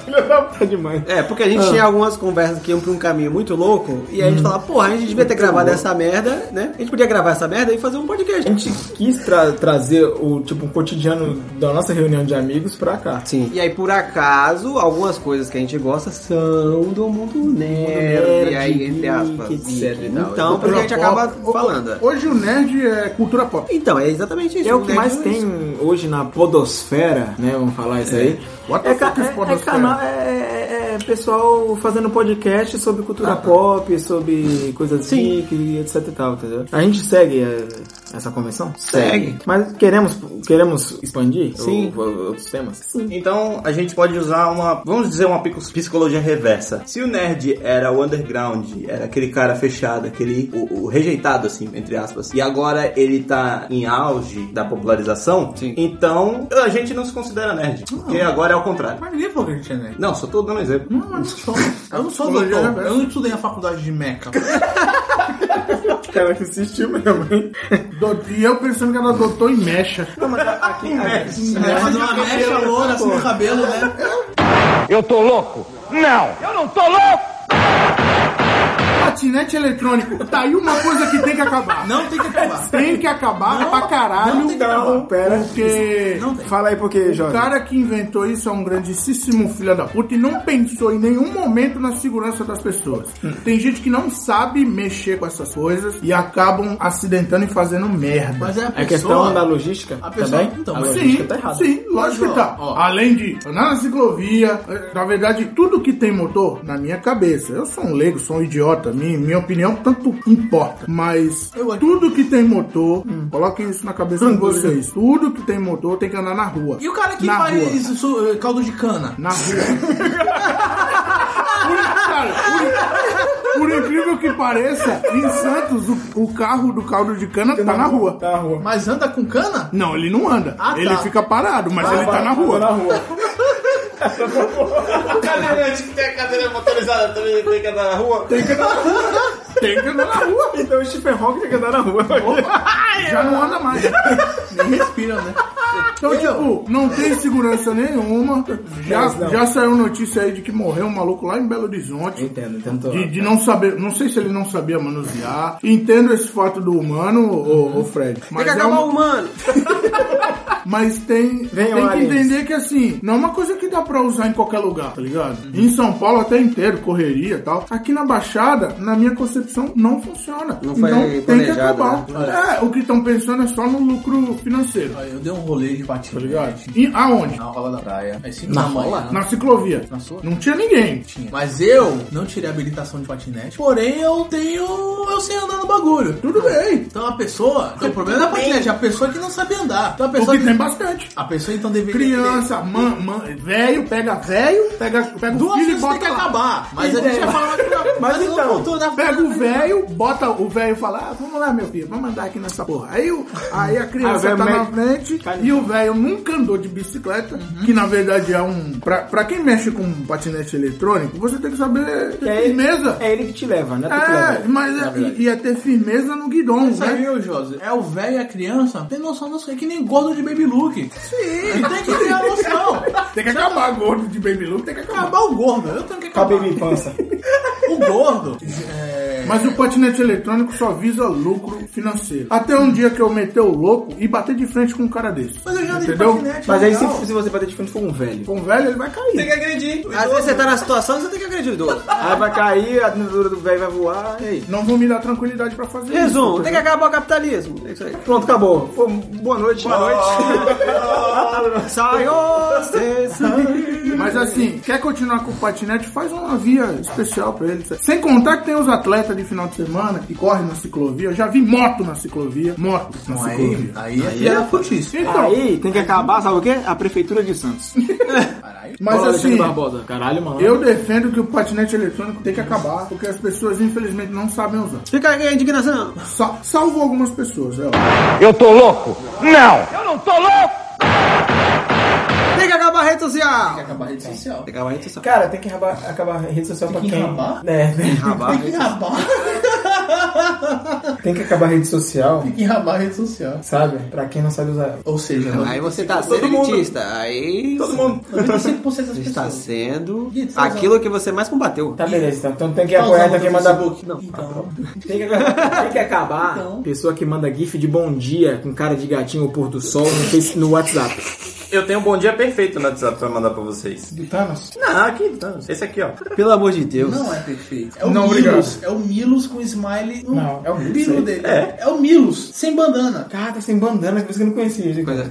Filha da puta demais.
É, porque a gente tinha algumas conversas que iam pra um caminho muito louco, e aí a gente falava, porra, a gente devia ter gravado essa merda, né? A gente podia gravar essa merda e fazer um podcast.
A gente quis tra- trazer o tipo o cotidiano da nossa reunião de amigos pra cá.
Sim. É, E aí, por acaso, algumas coisas que a gente gosta são do mundo nerd.
nerd,
aí, aí, entre aspas, etc
né?
e tal. Então,
é
por isso que a gente
Cultura
acaba
pop.
falando.
Hoje o nerd é cultura pop.
Então, é exatamente isso.
É o que
né?
mais tem hoje na podosfera, né? Vamos falar isso aí.
What the
É, ca-
fuck is
é- é
podosfera?
canal- é- é- é pessoal fazendo podcast sobre cultura pop, sobre coisas geek e etc e tal, entendeu? A gente segue é, essa convenção?
Segue.
Mas queremos, queremos expandir
Sim.
o- o- outros temas? Sim.
Então a gente pode usar uma, vamos dizer, uma pico- psicologia reversa. Se o nerd era o underground, era aquele cara fechado, aquele o, o rejeitado, assim, entre aspas, e agora ele tá em auge da popularização,
Sim.
então a gente não se considera nerd, porque agora é o contrário.
Mas ninguém falou que a gente é nerd.
Não, só tô dando um exemplo.
Não, mas só- Eu não sou
Psicologia
doutor,
reversa.
eu não estudei na faculdade de Meca.
Cara, assistiu mesmo, hein?
Do- E eu pensando que era doutor em mecha.
Vai fazer uma mecha loura assim no cabelo, né?
Eu tô louco? Não! Eu não tô louco!
Patinete eletrônico. Tá aí uma coisa que tem que acabar.
Não tem que acabar.
Tem que acabar pra caralho.
não tem que acabar.
Pera.
Porque
Não tem.
Fala aí porque,
o
Jorge.
cara que inventou isso é um grandíssimo filho da puta e não pensou em nenhum momento na segurança das pessoas. Tem gente que não sabe mexer com essas coisas e acabam acidentando e fazendo merda.
Mas é a
A
pessoa...
questão da logística
A pessoa-
também?
então,
a
mas
logística
Sim,
tá errada.
sim, lógico que tá.
Ó, ó.
Além de andar na ciclovia, eh, na verdade, tudo que tem motor, na minha cabeça. Eu sou um leigo, sou um idiota. Minha, minha opinião tanto importa. Mas tudo que tem motor,
Hum.
coloquem isso na cabeça de vocês. Tudo que tem motor tem que andar na rua.
né? E o cara que
na
faz
rua.
isso, su- caldo de cana?
Na rua. Por- cara, por- por, incrível que pareça, em Santos, o, o carro do caldo de cana tá na rua.
Tá na rua.
Mas anda com cana?
Não, ele não anda.
Ah, tá. Ah,
Ele fica parado, mas ele tá na rua.
Tá na rua.
Cadeirante que tem a cadeira motorizada também tem que andar na rua.
Tem que andar na rua.
Então o Stephen Hawking tem que andar na rua.
já não anda mais.
Nem respira, né?
Então, tipo, não tem segurança nenhuma. Já,
Mas não.
já saiu notícia aí de que morreu um maluco lá em Belo Horizonte.
Entendo, entendo.
De, de não saber, não sei se ele não sabia manusear. Entendo esse fato do humano, ô, ô Fred. Mas,
Tem que
é
acabar
um-
o humano.
mas tem,
Vem
tem
o
que
alien.
entender que assim, não é uma coisa que dá pra usar em qualquer lugar, tá ligado? Em São Paulo até inteiro, correria e tal. Aqui na Baixada, na minha concepção, não funciona. Então,
Não foi
tem que
planejado,
acabar.
né?
É, o que estão pensando é só no lucro financeiro. tá
Aí eu dei um rolê de patinho. Tá
ligado? E aonde?
Na rola da praia. Aí cinco na rola?
Na ciclovia.
Na sua?
Não tinha ninguém.
Mas eu não tirei a habilitação de patinete, porém eu tenho. eu sei andar no bagulho. Tudo bem. Então a pessoa. Então, o problema não é patinete, é a pessoa que não sabe andar. Então a pessoa.
Porque
que-
tem bastante.
A pessoa então deveria.
Criança, man, man, velho, pega velho, pega, pega o
Duas
filho e
vezes
bota
tem que
lá.
acabar. Mas a gente
Ideia.
vai falar mais pra- Mas
então,
não voltou na
Pega o velho, bota o velho e fala, ah, vamos lá, meu filho, vamos andar aqui nessa porra. Aí, o- aí a
Ah, o
criança
velho
tá na
mete-
frente
Cai no
e o velho nunca andou de bicicleta, que na verdade é um... Pra, pra quem mexe com patinete eletrônico, você tem que saber ter firmeza.
É ele que te leva, né? Tu que
É,
leva.
mas é- ia ter firmeza no guidão,
Isso aí,
né?
ô, José. É o velho e a criança. Não Tem noção não sei que nem gordo de Baby Luke. Sim. Tem que ter a noção.
Tem que acabar gordo de Baby Look, tem que acabar.
Acabar o gordo. Eu tenho que
Pra
acabar.
baby infância.
O gordo. É...
Mas o patinete eletrônico só visa lucro financeiro. Até um dia que eu meteu o louco e bater de frente com um cara desse.
Mas eu já andei de
Entendeu?
patinete.
Mas aí
legal.
se, se você bater de frente com um velho,
Com um velho, ele vai cair.
Tem que agredir. Às vezes você tá na situação e você tem que agredir o idoso.
aí vai cair, a dentadura do velho vai voar, e aí?
Não vão me dar tranquilidade pra fazer
Resumo,
isso.
tem que acabar o capitalismo. É isso aí.
Pronto, acabou. Pô, boa noite. Boa noite.
Saiu, cê saiu.
Mas assim, quer continuar com o patinete, faz uma via especial pra ele. Sem contar que tem os atletas de final de semana que correm na ciclovia. Eu já vi moto na ciclovia. Moto na
Aí,
ciclovia.
aí é filha da putice.
Então,
aí tem que acabar, sabe o quê? A prefeitura de Santos.
mas
Fala, Alexandre
assim,
Barbosa. Caralho, mano.
eu defendo que o patinete eletrônico tem que acabar, porque as pessoas infelizmente não sabem usar.
Fica aí a indignação.
Sa- salvo algumas pessoas, é óbvio.
Eu tô louco? Não! Eu não tô louco!
Tem que acabar a rede social. Tem
Acabar a rede social.
que acabar a rede social.
Cara, tem que rabar- acabar a rede social pra
Tem que
quem?
rabar?
É, né?
Acabar.
Tem que rabar.
Tem que acabar a rede social,
Tem que rabar a rede social.
sabe? Pra quem não sabe usar.
Ou seja,
Aí você tá sendo elitista. Aí
Todo mundo.
95% das
você está
pessoas.
sendo
E você
aquilo que você mais combateu.
Tá, beleza. Então tem que
Tá
apoiar,
usando
tem que
o
mandar...
Facebook?
Não.
Então,
Tem que acabar. Tem que acabar.
Então.
Pessoa que manda gif de bom dia com cara de gatinho ao pôr do sol no, Face- no WhatsApp.
eu tenho um bom dia perfeito no WhatsApp pra mandar pra vocês.
Do Thanos?
Não, aqui, tá. Esse aqui, ó.
Pelo amor de Deus.
Não é perfeito. É o
Não,
Milos. É o Milos com smile no
Não,
não,
é
é
o
bico dele. É. o Milos, sem bandana.
Caraca, sem bandana, que você não conhecia, gente.
Pois é.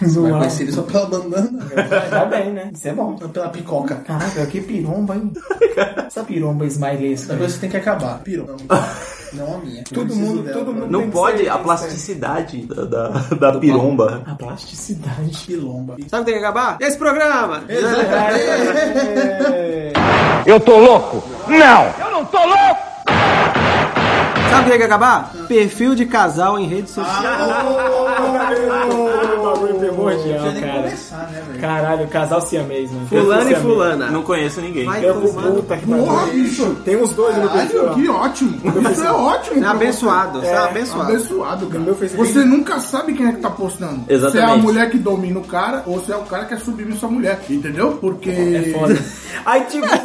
Vai
Zoar.
conhecer ele só pela bandana, velho.
Mas Tá bem, né? Isso é bom.
Não, Pela picoca.
Caraca, que piromba, hein? Essa piromba smileyesca.
Essa coisa tem que acabar. Pirou. Não, não a minha. Eu
Todo
preciso
mundo,
dela
todo
pra-
mundo. tem
Não
que
pode
ser-
a
tem que ser.
plasticidade da, da, da piromba.
A plasticidade.
Pilomba.
Sabe o que tem que acabar? Esse programa!
É,
Eu tô louco? Não! Eu não tô louco!
Sabe o que tem que acabar? Perfil de casal em rede
Ah,
social.
Ah, Bagulho
Não
primordial,
precisa nem
cara.
começar, né, velho?
Caralho, casal siamês, mano.
Fulano e
Casal siamês.
fulana.
Não conheço ninguém.
Vai
Eu vou
tomando.
puta que
Porra,
pariu.
bicho.
Tem uns dois no perfil.
Caralho, que ótimo. Isso é ótimo.
É
pra
abençoado, você é abençoado.
Abençoado, cara.
No meu Facebook.
Você nunca sabe quem é que tá postando. Se é a
Exatamente.
mulher que domina o cara ou se é o cara que é submisso à mulher. Entendeu? Porque. É
ó. Foda. Aí, tipo,
né?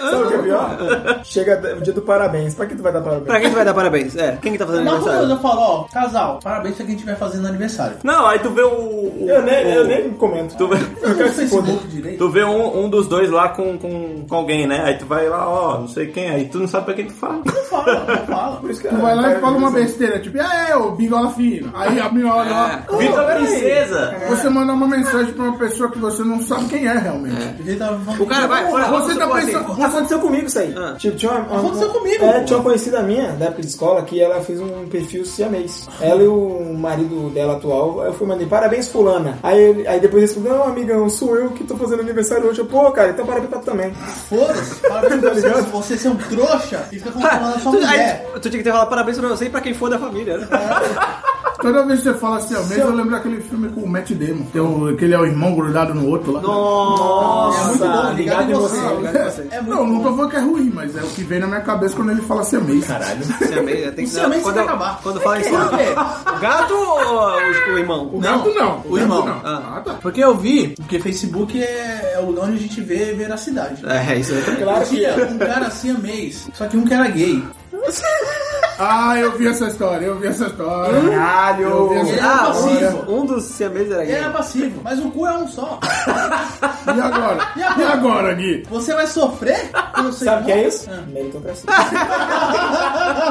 Sabe o que é pior? Chega o dia do parabéns. Pra que tu vai dar parabéns?
Pra quem tu vai dar parabéns? É, quem que tá fazendo
Mas como
aniversário?
eu falo, ó, casal, parabéns pra quem estiver fazendo aniversário.
Não, aí tu vê o. o-
Eu nem, eu
o-
nem comento.
Tu vê,
Eu quero Facebook direito.
tu vê um, um dos dois lá com, com, com alguém, né? Aí tu vai lá, ó, não sei quem, aí tu não sabe pra quem tu fala.
Não fala, não fala.
Por isso que-
Tu vai lá e fala uma besteira, tipo, ah, é, ô, bigola fina. Aí a minha olha lá. "Ô,
Vitor Princesa!
Você manda uma mensagem pra uma pessoa que você não sabe quem é realmente.
Ele tava falando-
O cara vai, olha,
Você tá pensando. você-
Aconteceu comigo isso aí.
Ah.
Tipo, tinha uma, uma-
Aconteceu comigo,
É,
pô.
tinha uma conhecida minha, da época de escola, que ela fez um perfil siamês. Ela e o marido dela atual, eu fui mandei, parabéns, fulana. Aí, ele- aí depois respondeu, não, amigão, sou eu que tô fazendo aniversário hoje. Eu, pô, cara, então parabéns pra tu também.
Foda-se, parabéns pra você, você ser um trouxa e fica controlando a sua
Tu, aí,
mulher.
tu tinha que ter falado parabéns pra você e pra quem for da família, né?
Toda vez que você fala assim, mesmo eu lembro daquele filme com o Matt Damon. Tem o, aquele é o irmão grudado no outro lá.
Nossa!
É muito bom,
ligado
ligado
em
em você.
você, ligado
É muito
Não, não
bom.
tô falando que é ruim, mas é o que vem na minha cabeça quando ele fala assim, mesmo. Caralho.
Siamês, é tem que
Isso também
quando
você
eu-
vai acabar.
Quando fala isso, o gato ou o, o irmão?
O gato não.
o
gato
irmão.
não.
Ah.
Ah, tá.
Porque eu vi, porque Facebook é, é onde a gente vê veracidade.
É, isso aí.
Claro que
Tinha um cara assim a mês, só que um que era gay.
Ah, eu vi essa história, eu vi essa história. Eu
Caralho!
vi essa
É,
Ah,
história.
passivo.
um, um dos siameses era
Ele era
gay.
passivo, mas o cu é um só.
E agora?
E agora?
E agora, Gui?
Você vai sofrer pelo seu
Sabe o que é
irmão?
isso? Meritocracia.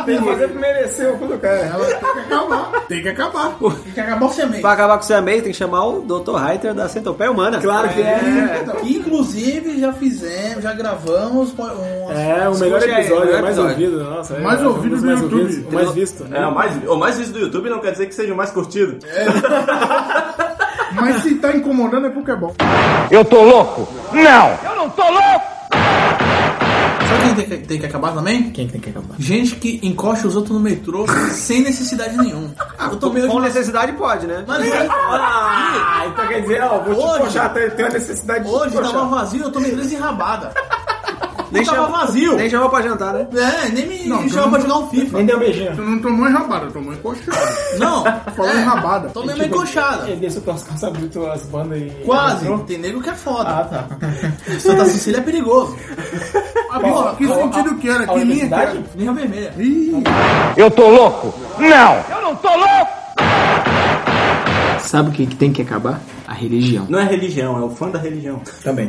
Tem que fazer pra merecer o cu do cara.
Ela tem que acabar. Tem que acabar.
Tem que acabar o siamês.
Pra acabar com o siamês, tem que chamar o Dr. Reiter da Centopeia Humana.
Claro que é.
Que, inclusive já fizemos, já gravamos um
É, o melhor
Escute aí,
episódio,
melhor
o mais
episódio.
ouvido, nossa. é,
Mais
é um
ouvido
dos
do
mais
YouTube.
ouvidos, o mais visto. né?
É, o mais, o mais visto do YouTube não quer dizer que seja o mais curtido.
Mas se tá incomodando é porque é bom.
Eu tô louco? Não! Eu não tô louco!
Sabe quem tem que, tem que acabar também? Quem tem que acabar? Gente que encosta os outros no metrô sem necessidade nenhuma. eu tô meio
Com necessidade pode, né?
Mas hoje,
Ah, então quer dizer, ó, vou te
Hoje-
puxar, tem tem uma necessidade de te
hoje
puxar.
tava vazio, eu tomei três enrabadas.
Nem
tava
chama-
vazio.
Nem chamou pra jantar, né?
É, nem me
Não,
me
tu
chamou
não-
pra jogar um FIFA.
Nem deu um beijinho.
Tu não tomou enrabada, tomou encoxada.
Não,
Falou
é,
enrabada.
tomei uma encoxada.
Ele desceu pelas calças, abriu tuas bandas e...
Quase. Tem nego que é
Ah,
foda.
tá.
Santa Cecília é perigoso.
Ah, bicho, que sentido que era?
A
Que linha que
universidade?
era?
Linha vermelha.
Ih,
Eu tô louco? Não! Eu não tô louco!
Sabe o que que tem que acabar? A religião.
Não é religião, é o fã da religião.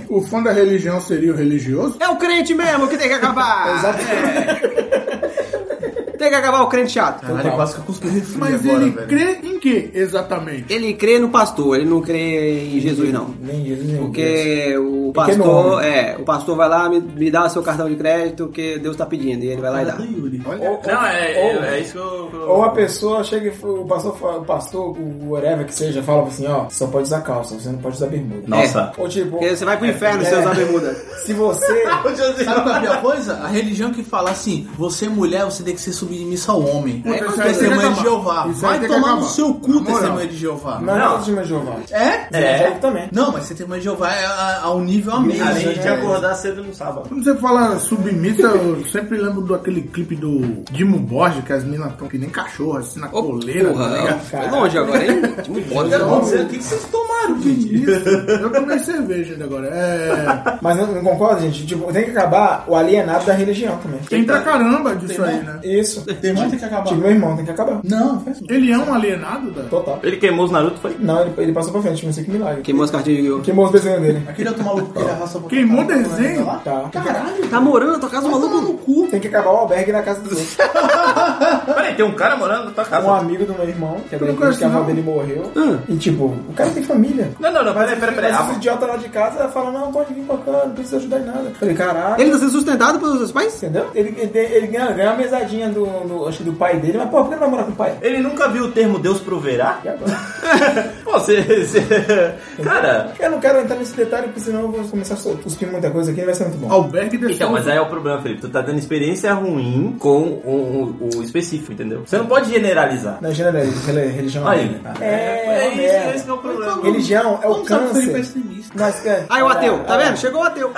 o fã da religião seria o religioso?
É o crente mesmo que tem que acabar! É. Tem que acabar o crente chato.
Caralho, quase que eu cuspi refri
Mas
agora,
ele
velho.
crê em que, exatamente?
Ele crê no pastor, ele não crê em Jesus, não.
Nem Jesus, nem Deus.
Porque o
Porque é
pastor,
nome.
é, o pastor vai lá, me, me dá seu cartão de crédito que Deus tá pedindo, e ele vai lá e dá.
Ou-
Não, é, é,
ou-
é isso que eu. que eu-
Ou a pessoa chega e fa- o pastor, fa- o pastor, o whatever que seja, fala assim, ó, só pode usar calça, você não pode usar bermuda.
Nossa.
Ou tipo...
Porque você vai pro inferno se
É.
usar bermuda.
Se você...
Sabe qual é a pior coisa? A religião que fala assim, você mulher, você tem que ser submissa ao homem.
isso
É,
aí tem que
testemunha de
acabar.
Jeová.
Isso aí
Vai
tem que
tomar no
acabar.
seu cu,
Na moral.
testemunha de Jeová.
Não, não. de Jeová.
É?
É. também.
Não, mas testemunha de Jeová é a- ao nível amém.
A gente
né?
tinha acordar cedo no sábado.
Quando você fala submissa, eu sempre lembro do aquele clipe do Dimo Borges, que as minas estão que nem cachorro, assim, na coleira.
Porra, é
tá ligado?
foi longe agora, hein? Muito bom.
Eu quero dizer, o que que vocês tomaram?
Claro que isso.
Eu tomei cerveja ainda agora. É.
Mas não, não concorda, gente? Tipo, tem que acabar o alienado da religião também.
Tem pra caramba disso aí, né?
Isso.
Tem mais que acabar.
Tipo, meu irmão, tem que acabar.
Não, faz
Ele é um alienado, da.
Total.
Ele queimou os Naruto, foi?
Não, ele, ele passou pra frente, não sei que milagre.
Queimou as cartinhas de Yu-Gi-Oh!
Queimou os desenhos dele.
Aquele outro maluco que ele arrasta pra
Queimou
caralho,
desenho?
lá?
Tá.
Caralho,
Tá morando na tua casa, maluco?
no cu.
Uh, Tem que acabar o albergue na casa dos outros.
Peraí, tem um cara morando na tua casa.
Um amigo do meu irmão, que é
não
doente,
conheço,
que a avó
não.
dele morreu. E tipo, o cara tem família.
Não, não, não, peraí, peraí, peraí.
Mas esse
Ah,
idiota lá de casa fala, não, pode vir pra cá, não precisa ajudar em nada. Eu falei, caralho.
Ele tá sendo sustentado pelos seus pais?
Entendeu? Ele, ele, ele ganha, ganha uma mesadinha do, do, acho que do pai dele, mas pô, por que ele vai morar com o pai?
Ele nunca viu o termo Deus proverá?
E agora?
Pô, você. você- Então. Cara.
Eu não quero entrar nesse detalhe, porque senão eu vou começar a sol- cuspir muita coisa aqui e vai ser muito bom.
Albergue de
Então,
Souza.
mas aí é o problema, Felipe. Tu tá dando experiência ruim com o, o- o específico, entendeu? Você não pode generalizar.
Na generalidade, reli- é religião
Aí.
né, cara? É,
é
é,
isso, é esse que é o problema.
Religião é o
Como sabe que o Felipe é
câncer.
extremista?
Mas, é,
Aí o ateu, tá
é,
vendo? Chegou o ateu.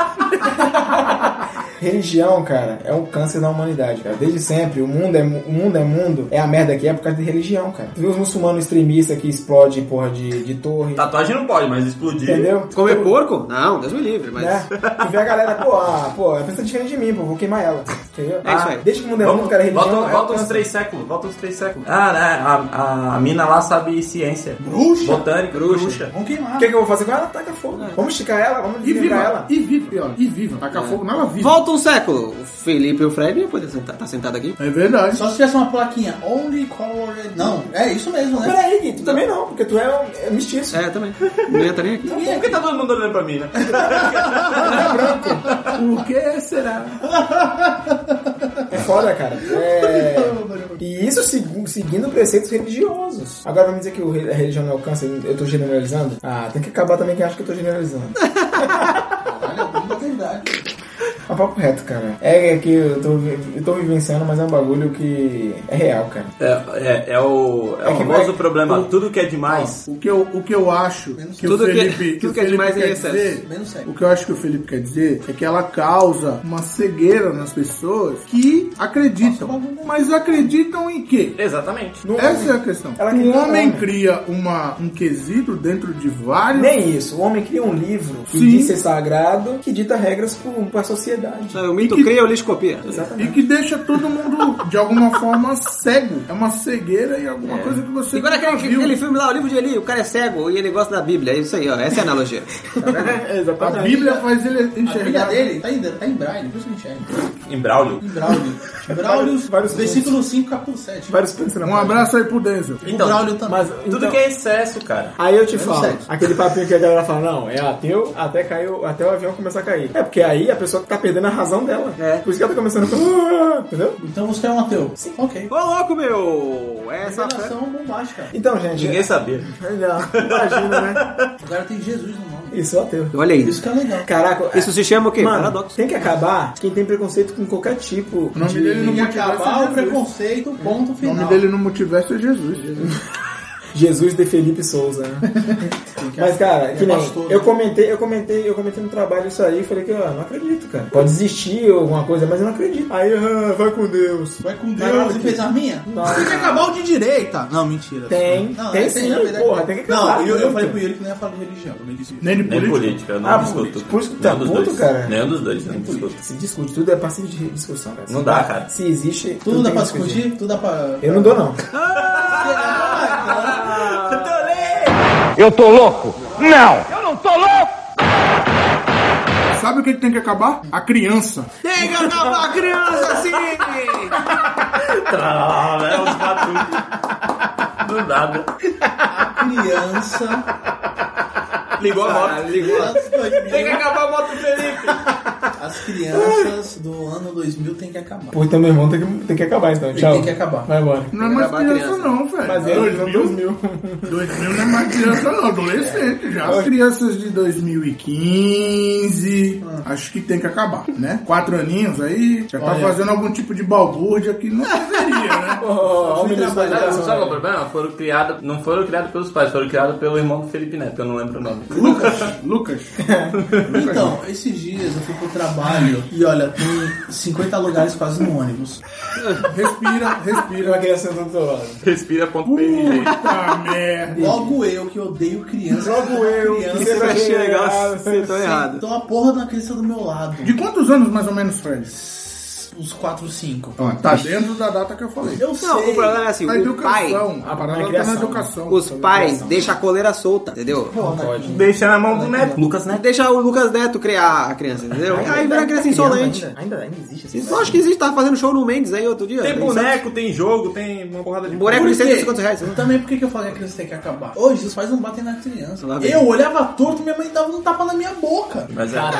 Religião, cara, é um câncer da humanidade, cara. Desde sempre, o mundo é mu- o mundo, é mundo, é a merda que é por causa de religião, cara. Tu vê os muçulmanos extremistas que explodem, porra, de, de torre,
Tatuagem não pode, mas explodir.
Então, entendeu?
Comer porco? Não, Deus me livre, mas.
Né? Tu vê a galera, pô, ah, pô, ela pensa diferente de mim, pô, vou queimar ela, entendeu?
É isso aí.
Ah, Desde que o mundo é
Vamos,
mundo, cara, a religião
volta,
é
volta
um
uns
câncer.
três séculos, volta uns três séculos. Ah, né? A, a, a mina lá sabe ciência.
Bruxa?
Botânica, bruxa.
Vamos
O
queimar.
que, que eu vou fazer com ela? Taca fogo. Vamos esticar ela, vamos
E viva
ligar ela.
E viva, pior. E viva. Taca fogo nela viva.
Volta um século. O Felipe e o Fred iam poder sentar. Tá sentado aqui?
É verdade.
Só se tivesse uma plaquinha. Only colored... Não, é isso mesmo, né?
Peraí, Gui, tu também não, porque tu é, um- é mestiço.
É, também. Não ia estar nem aqui.
Por que tá todo mundo olhando pra mim, né?
Por que será?
É foda, cara. É... E isso segu- seguindo preceitos religiosos. Agora vamos dizer que o re- a religião não alcança, eu tô generalizando? Ah, tem que acabar também quem acha que eu tô generalizando.
Caralho, é verdade.
É papo reto, cara. É que eu tô, vi- eu tô vivenciando, mas é um bagulho que é real, cara.
É, é, é o, é
É
o
que
famoso
vai-
problema. Tudo que é demais.
O que eu, o que eu acho que
Tudo
o
que-
Felipe,
tudo
o
que é
Felipe
demais é
quer
excesso.
dizer,
Menos sério.
o que eu acho que o Felipe quer dizer é que ela causa uma cegueira nas pessoas que acreditam. Mas acreditam em quê?
Exatamente.
Essa é a questão.
Ela
um
acredita no
homem
homem.
cria uma, um quesito dentro de vários.
Nem isso. O homem cria um livro que
Sim.
diz ser sagrado, que dita regras pro- pra sociedade.
O mito cria, o lixo copia.
E que deixa todo mundo, de alguma forma, cego. É uma cegueira e alguma
É.
coisa que você
Igual
nunca
aquele,
viu.
aquele filme lá, o livro de Eli, o cara é cego e ele gosta da Bíblia. É isso aí, ó. Essa é a analogia.
A Bíblia faz ele
A filha
enxergar.
dele tá em, tá em braille, por isso que enxerga.
Em Braulio.
Em braille. Braulio,
vários
versículo 5, capítulo 7.
Vários pontos na
Um abraço aí pro Denzel.
O Braulio também.
Mas,
Tudo
então-
que é excesso, cara.
Aí eu te falo,
sério.
aquele papinho que a galera fala, não, é ateu até caiu, até o avião começar a cair. É porque aí a pessoa tá perdendo a razão dela.
É.
Por isso que ela tá começando com. "Ah", Entendeu?
Então você é um ateu. Sim. Ok.
Ô, louco, meu! Essa fé.
Revelação bombástica.
Então, gente.
Ninguém sabia.
Não, imagina, né?
Agora tem Jesus no nome.
Isso é ateu.
Olha
Isso
isso.
que é legal.
Caraca,
Isso se chama o quê?
Mano,
Paradoxo.
tem que acabar quem tem preconceito com qualquer tipo
O nome
de...
dele não
E
multiverso é
acabar o
Jesus.
preconceito, ponto
O
final.
nome dele no multiverso é Jesus.
Jesus de Felipe Souza, né? Mas, cara, que
É
nem,
pastor,
eu
né?
comentei, eu comentei, eu comentei no trabalho isso aí e falei que, ó, não acredito, cara. Pode existir alguma coisa, mas eu não acredito. Aí, ah, vai com Deus.
Vai com
Vai lá,
Deus e
filho.
fez a minha?
Não.
Tem que acabar o de direita. Ah, Não, mentira.
Tem,
Não,
tem
é,
sim,
na verdade.
porra, tem que tipo, acabar.
Não, eu, eu
Muito.
falei pro Yuri que não ia falar de religião. Eu me disse isso.
Nem de
Nem
político.
política, eu não
Ah,
discuto.
por isso que tu tá
Nenhum dos
puto,
dois.
cara?
Nenhum dos dois, eu não discuto.
Se discute, tudo é passivo de discussão, cara.
Não dá, cara.
Se existe.
Tudo
não
dá
tem
pra
que discutir.
discutir? Tudo dá pra...
Eu não dou, não.
Eu tô louco? Não! Eu não tô louco!
Sabe o que que tem que acabar? A criança.
Tem que acabar a criança assim!
Ah, é uns batuques. Do nada.
Criança... Ah,
Ligou a moto.
Anos 2000,
Tem que acabar a moto, Felipe.
As crianças do ano 2000 tem que acabar.
Pô, então meu irmão tem que, tem que acabar, então.
Tem-
Tchau.
tem que acabar.
Vai embora.
Não é mais
acabar a
criança,
criança.
não, velho.
Mas é os anos 2000.
2000 não é mais criança, não, adolescente já. As crianças de 2015, acho que tem que acabar, né? Quatro aninhos aí, já tá
Olha.
fazendo algum tipo de balbúrdia que não deveria, né?
Ó, ó, ó, o ministro da
é, Sabe,
educação.
sabe o problema? Foram criados, não foram criados pelos pais, foram criados pelo irmão do Felipe Neto, eu não lembro o nome.
Lucas, Lucas.
Então, esses dias eu fui pro trabalho e olha, tem 50 lugares quase no ônibus.
Respira, respira. Vai querer sentar do teu lado.
Respira.png.
Uh,
Puta Ah, merda.
Logo eu que odeio criança.
Logo eu,
criança.
que sempre achei legal, você tá errado.
Então a porra da criança do meu lado.
De quantos anos mais ou menos, Fred?
Uns 4, 5.
Ó, Tá dentro da data que eu falei. Tá
Eu
Não,
sei.
o problema é assim,
Na
o pai,
educação. a parada tá na educação.
os pais deixam a coleira solta, entendeu?
Deixa na mão do Neto. Lucas Neto.
Deixa o Lucas Neto criar a criança, entendeu? Aí vira a criança insolente.
Ainda, ainda, ainda existe essa
Isso eu acho que existe, tava fazendo show no Mendes aí outro dia.
Tem
Em
boneco, tem jogo, tem uma porrada de
Santos. Boneco de
Por quê?
150 reais.
Também por que que eu falei que a criança tem que acabar? Hoje os pais não batem na criança.
Lá vem.
Eu olhava torto, minha mãe dava um tapa na minha boca.
Mas é.
Era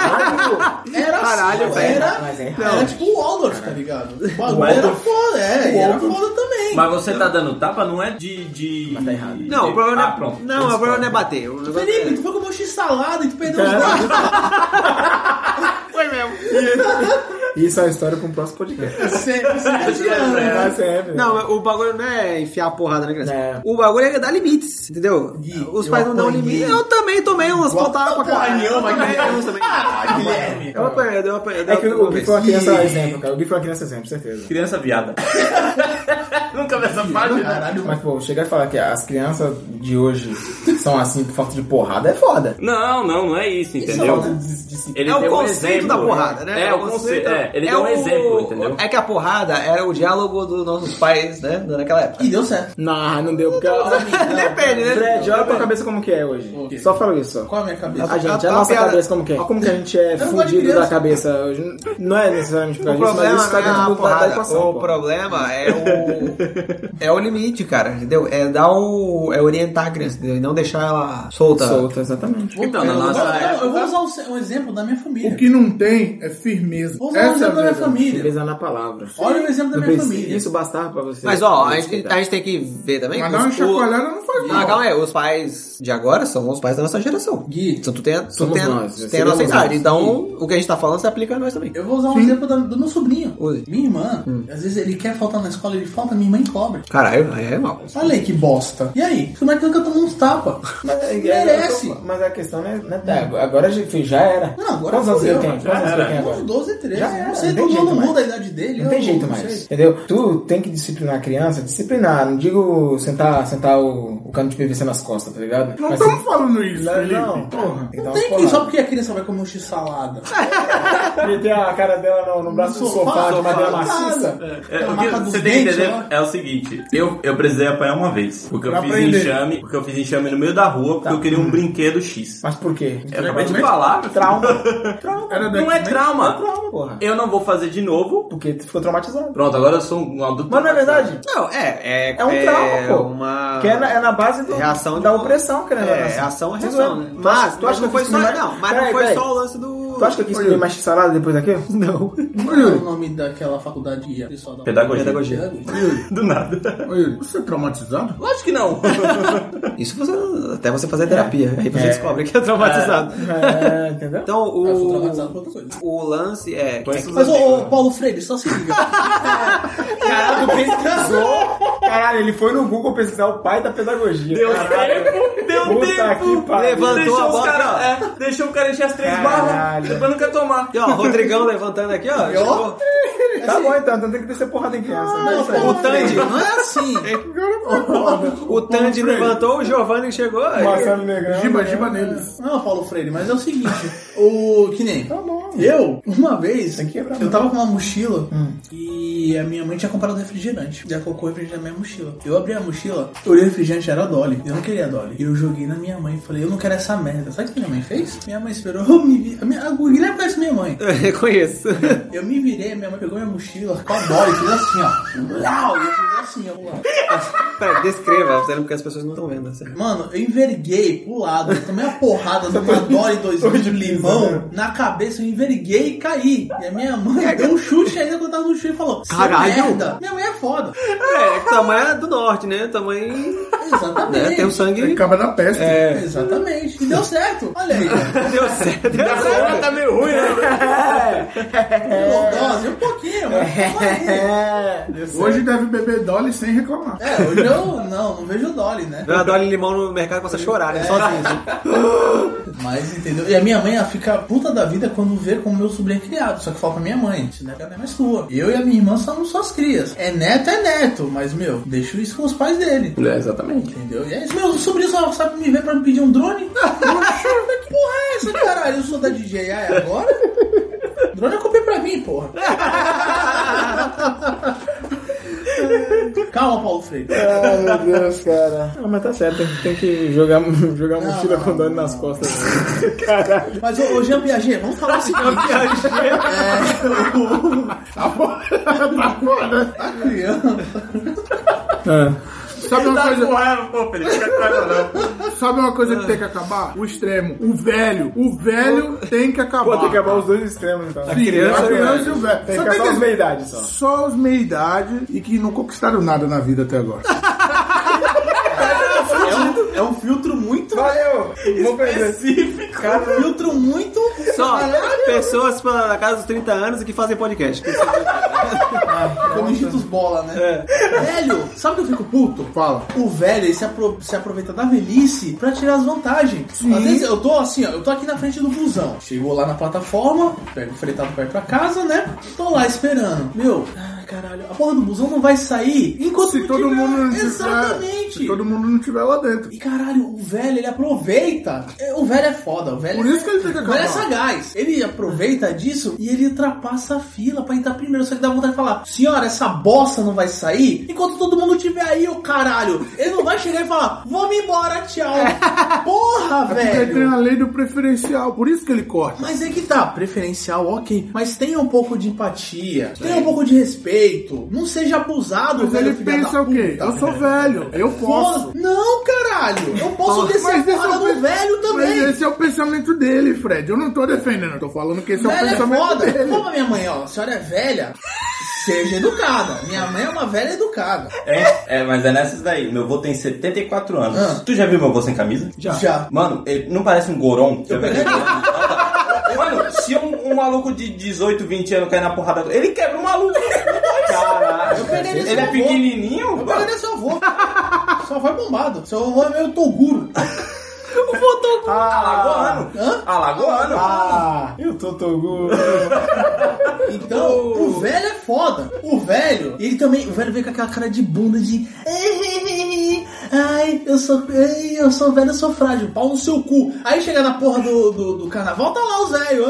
Caralho,
assim,
velho.
era,
Mas é
era tipo o Waldorf, tá ligado? O bagulho
Waldorf.
era foda, é, e era foda também.
Mas você tá dando tapa, não é de. de... Mas tá errado.
Não, o problema
Ah,
não é,
pronto.
não, o problema não é bater. O negócio
Felipe, tu foi comer um x-salada e tu perdeu os dois.
é- Foi mesmo.
Isso é uma história pra um próximo podcast.
Sempre, sempre tirando.
Mas é, velho.
Não, mas o bagulho não é enfiar a porrada na criança.
É.
O bagulho é dar limites, entendeu?
Gui,
Os
eu
pais não dão
apanhei.
limite. Eu também tomei umas pontadas pra caralho. Eu
nenhuma,
é
também,
Guilherme.
eu também.
Ah, Guilherme.
Eu apanhei, eu apanhei.
É que o Gui foi uma criança
Ih.
exemplo, cara. O Gui foi uma criança exemplo, certeza.
Criança viada. Nunca vi essa né? página.
Caralho,
Mas, pô, chegar e falar que as crianças de hoje são assim por falta de porrada é foda.
Não, não, não é isso, entendeu?
Falta de- de- de-
Ele
é o
deu um
conceito
exemplo.
da porrada, né?
É, o conceito. É, ele deu um
o-
exemplo, entendeu?
É que a porrada era o diálogo dos nossos pais, né? Naquela época.
E deu certo.
Não, não deu, porque...
Depende, né?
Fred, olha pra cabeça como que é hoje. Só fala isso, só.
Qual a minha cabeça? Tá
A gente, a
a
nossa
piada-
cabeça como que é? Olha como que a gente é
não gosto de
fudido
criança.
da cabeça hoje. Não é necessariamente pra
O
isso, mas
problema
isso tá
não é
dentro
a
do- da, da
porrada,
equação.
o
pô.
problema é o é o limite, cara, entendeu? É dar o é orientar a criança, entendeu? E não deixar ela solta.
Solta, exatamente.
Então, na
Eu vou-
nossa
não, Eu
época.
vou usar um ce- um exemplo da minha família.
O que não tem é firmeza.
Vou usar um
Essa é
exemplo da minha
a verdade.
família.
Beleza na palavra.
Olha o exemplo da
Não
minha
precisa-
família.
Isso bastava pra você.
Mas ó, a gente, tá
respeitar.
a gente tem que ver também.
Mas
que
dar uma
os- o-
chacoalhada não faz
Não,
mal.
calma aí, os pais de agora são os pais da nossa geração.
Gui.
Então tu tem, tu
Somos
tem,
nós,
tu tem a
seríamos
nossa idade.
nós.
Então o que a gente tá falando se aplica a nós também.
Eu vou usar um exemplo da- do meu sobrinho.
Use.
Minha irmã, às vezes ele quer faltar na escola, ele falta, minha mãe cobra.
Caralho, aí é mal.
Olha aí que bosta. E aí? Esse moleque nunca tomou uns tapas. Merece.
é Mas a questão não é. não é- tá, agora já, filho, já era.
Não, agora
Quantos anos
fudeu.
ele tem? Quantos anos ele tem agora?
Uns 12, 13.
Já era,
não sei,
não tem
todo
jeito
mundo
mais.
muda a idade dele.
Não
eu
tem jeito
não
mais,
sei.
entendeu? Tu tem que disciplinar a criança, disciplinar. Não digo sentar, sentar o, o cano de PVC nas costas, tá ligado?
Não
Mas-
estamos falando isso,
Não,
Felipe.
não, porra.
Não tem que só porque a criança vai comer um x-salada.
meter a cara dela no, no braço do sofá, de madeira maciça.
É,
a
o que
marca dos
você tem que
dentes, né?
entender
ó.
é o seguinte, eu, eu precisei apanhar uma vez, porque eu
né? Pra
fiz
aprender.
enxame, porque eu fiz enxame no meio da rua, porque eu queria um brinquedo X.
Mas por quê?
Eu acabei de falar,
é Trauma. trauma.
Era
não é
daqui-
trauma.
Trauma, porra.
Eu não vou fazer de novo.
Porque tu ficou traumatizado.
Pronto, agora eu sou um adulto.
Mas não é verdade.
Não, é. É,
É um trauma, pô.
Uma...
Que é na, é na base do,
Reação
da
de-
opressão, tá cara.
É, reação é reação, né?
Mas, tu acha que é-
não foi só. Não, mas não foi só o lance do.
Tu acha que eu quis comer mais salada depois daquilo? Não.
Qual é o nome daquela faculdade que ia? pessoal da
Pedagogia.
Pedagogia.
Do nada.
Oi, Você é traumatizado?
Lógico que não.
Isso você, até você fazer terapia. Aí você descobre que é traumatizado.
É, entendeu?
Então,
Eu sou
o,
traumatizado por outra coisa.
o lance é. é que-
Mas, ô, ô, Paulo Freire, só se liga.
Caralho, tu pesquisou. Caralho, ele foi no Google pesquisar o pai da pedagogia.
Deu
Caralho.
tempo, deu
Puta
tempo.
que pariu.
Levantou
deixou
a
os
bola.
cara, é, deixou o cara encher as três
Caralho.
barras, depois não quer tomar.
Aqui, ó, o Rodrigão levantando aqui, ó. chegou.
Tá bom então, então tem que descer porrada em criança. Não,
Paulo
o Tandy.
Freire, Não é assim.
O Tandy levantou, o Giovanni chegou. aí-
Marcelo Negrão.
Giba, giba neles.
É, Não, Paulo Freire, mas é o seguinte, o
Tá
que nem.
né?
Eu, uma vez, eu tava com uma mochila
Hum.
e a minha mãe tinha comprado refrigerante. Já colocou o refrigerante na minha mochila. Eu abri a mochila, eu olhei o refrigerante, era Dolly. Eu não queria Dolly. E eu joguei na minha mãe e falei, eu não quero essa merda. Sabe o que minha mãe fez? Minha mãe esperou, eu me vi. A minha, a Guilherme conhece minha mãe.
Eu reconheço.
Eu me virei, minha mãe pegou minha mochila com a Dolly, fez assim, ó. Uau! E eu fiz assim, ó, uau.
Pera, descreva, sério, porque as pessoas não estão vendo. assim. sério.
Mano, eu enverguei pro lado, eu tomei uma porrada numa Dory 2000 de
né?
limão na cabeça, eu enverguei e caí. E a minha mãe deu um chute ainda quando eu tava no chute e falou: "Cê
Caralho!
merda, minha mãe é foda.
É, é que tamanho é do norte, né? Tamanho.
Exatamente.
Né? Tem o
É
sangue.
caba da peste.
É, Exatamente. E deu certo. Olha aí.
Deu certo. Deu certo.
Agora tá meio ruim, né?
Lordose, fazer um pouquinho, mas fazer.
Hoje deve beber Dolly sem reclamar.
É, hoje eu não, não vejo o Dolly, né?
Eu adoro limão no mercado começa a chorar, né? Sozinho.
Mas entendeu? E a minha mãe ela fica puta da vida quando vê como meu sobrinho é criado. Só que fala pra minha mãe, se não é mais sua. Eu e a minha irmã somos suas crias. É neto, é neto, mas meu, deixo isso com os pais dele.
É, exatamente.
Entendeu? E é isso, meu sobrinho só sabe me ver pra me pedir um drone. que porra é essa, caralho? Eu sou da DJI é agora? Drone eu comprei pra mim, porra. Calma, Paulo Freire.
Ai, meu Deus, cara. Ah, mas tá certo, tem- tem que jogar, jogar
Não,
mochila
não,
com dano nas costas. Caralho.
Mas, ô, ô Jean Piaget, vamos falar o seguinte.
né?
Tá criando.
É.
Tá
Sabe uma coisa,
Porra, Tá pô, Felipe, fica não.
sabe uma
Ah.
coisa que tem que acabar? O extremo. O velho. O velho tem que acabar.
Pô, tem que acabar os dois extremos, então.
Sim,
criança
a
e o
criança
velho.
e o
Tem
velho.
que
Só
ficar só os meia-idade, só.
Só os meia-idade e que não conquistaram nada na vida até agora.
É um, é um filtro muito.
Valeu! Vou perder.
É um filtro muito.
Só
Caralho.
pessoas pra- na casa dos 30 anos e que fazem podcast.
Como os bola, né? Velho, sabe que eu fico puto?
É. Fala.
O velho ele se, apro- se aproveita da velhice pra tirar as vantagens. Às vezes eu tô assim, ó, eu tô aqui na frente do busão. Chegou lá na plataforma, pego o fretado pra ir pra casa, né? Tô lá esperando. Meu, ai, caralho, a porra do busão não vai sair enquanto
Se
não
todo
tiver-
mundo não tiver,
Exatamente.
se todo mundo não tiver lá dentro.
E caralho, o velho, ele aproveita. É, O velho é foda, o velho.
Por isso que ele tem que
O velho é
acabar.
sagaz. Ele aproveita disso e ele ultrapassa a fila pra entrar primeiro. Só que dá vontade de falar: Senhora, essa bosta não vai sair enquanto todo mundo tiver aí, ô caralho. Ele não vai chegar e falar: Vamos embora, tchau. Porra,
É Porque tem
velho.
a lei do preferencial, por isso que ele corta.
Mas é que tá, preferencial, ok. Mas tenha um pouco de empatia, tenha um pouco de respeito. Não seja abusado,
Mas
velho.
ele
filha
pensa
da
o quê?
puta.
Eu sou velho, eu posso.
Foda- Não, caralho! Eu posso descer
esse
a porra
é o
do
pe-
velho também!
Mas esse é o pensamento dele, Fred. Eu não tô defendendo, eu tô falando que esse é o
Velha é
pensamento
foda.
dele.
Como a minha mãe, ó, a senhora é velha, seja educada. Minha mãe é uma velha educada.
É, é, mas é nessas daí. Meu avô tem 74 anos.
Ah.
Tu já viu meu avô sem camisa?
Já. Já.
Mano, ele não parece um goron. Já viu
peguei.
aquele gorão? Mano, se um, um maluco de 18, 20 anos cair na porrada, ele quebra o maluco. Caralho.
Eu peguei nesse
Ele é
avô.
pequenininho?
Eu pegaria seu avô. Seu avô é bombado. Seu avô é meio toguro. Ah.
Ah, Alagoano.
Hã?
Alagoano.
Ah, eu tô Togu.
Então, o velho é foda. O velho, ele também, o velho vem com aquela cara de bunda de. Ai, eu sou. ai, eu sou velho, eu sou frágil. Pau no seu cu. Aí chega na porra do, do, do carnaval, tá lá o velho.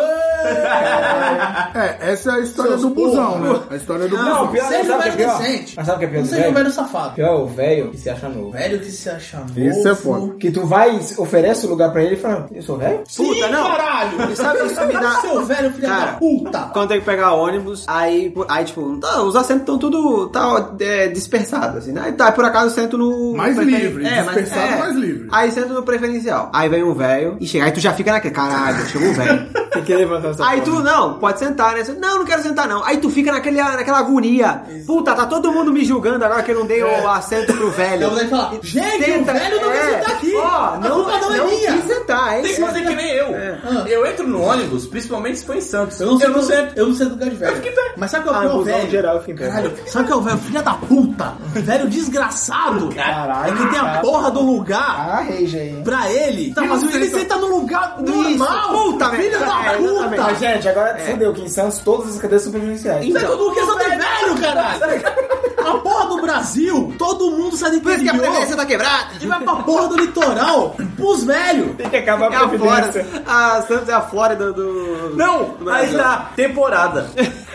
É, essa é a história
Seus
do busão,
porra.
né? A história do
Não,
busão.
seja um velho decente.
Mas sabe o que é pior
Não
do
seja um
velho?
velho safado.
Pior é o velho que se acha novo.
Velho que se acha novo.
Isso é foda.
Que tu vai, oferece o lugar pra ele e fala, eu sou velho?
Puta,
Sim,
não.
caralho!
E sabe, isso me dá-
Seu velho filho
Cara.
da puta!
Quando tem que pegar ônibus, aí, aí tipo, tá, os assentos estão tudo tá, é, dispersados, assim, né? Aí, tá, por acaso eu sento no.
Mais
preferen-
livre,
mas- é.
dispersado, mais livre.
Aí sento no preferencial. Aí vem um velho e chega, aí tu já fica naquele, caralho, chegou um velho.
Tem que levantar essa
Aí tu, não, pode sentar, né? Não, não quero sentar, não. Aí tu fica naquele, naquela agonia. Puta, tá todo mundo me julgando agora que eu não dei o assento pro
Eu
velho.
vou falar, gente,
Senta,
o velho não
é.
vai sentar aqui!
Ó,
a
não,
culpa não, é
não
minha!
quis sentar, é
Tem
isso.
que fazer que nem eu.
é.
Eu entro no ônibus, principalmente se for em Santos.
sei do- eu não sei do lugar de velho. Mas sabe qual
Ah,
é o
busão
velho?
geral
assim,
eu fico em pé.
Caralho, sabe qual é o velho? Filha da puta! Velho desgraçado!
Caralho,
É que tem a
cara.
porra do lugar
Ah, rage aí.
pra ele. Tá fazendo ele senta no lugar normal!
Puta,
filha
velho.
da
É, exatamente. Mas,
puta!
gente, agora fudeu que em Santos todas as cadeias são preferenciais.
Isso é tudo que só tem velho, Tá caralho! A porra do Brasil, todo mundo sai do
Por isso que a
interior
preferência tá quebrada.
e vai pra porra do litoral pros velhos!
Tem que acabar
É a Flórida. A Santos é a Flórida do.
Não, aí tá, temporada.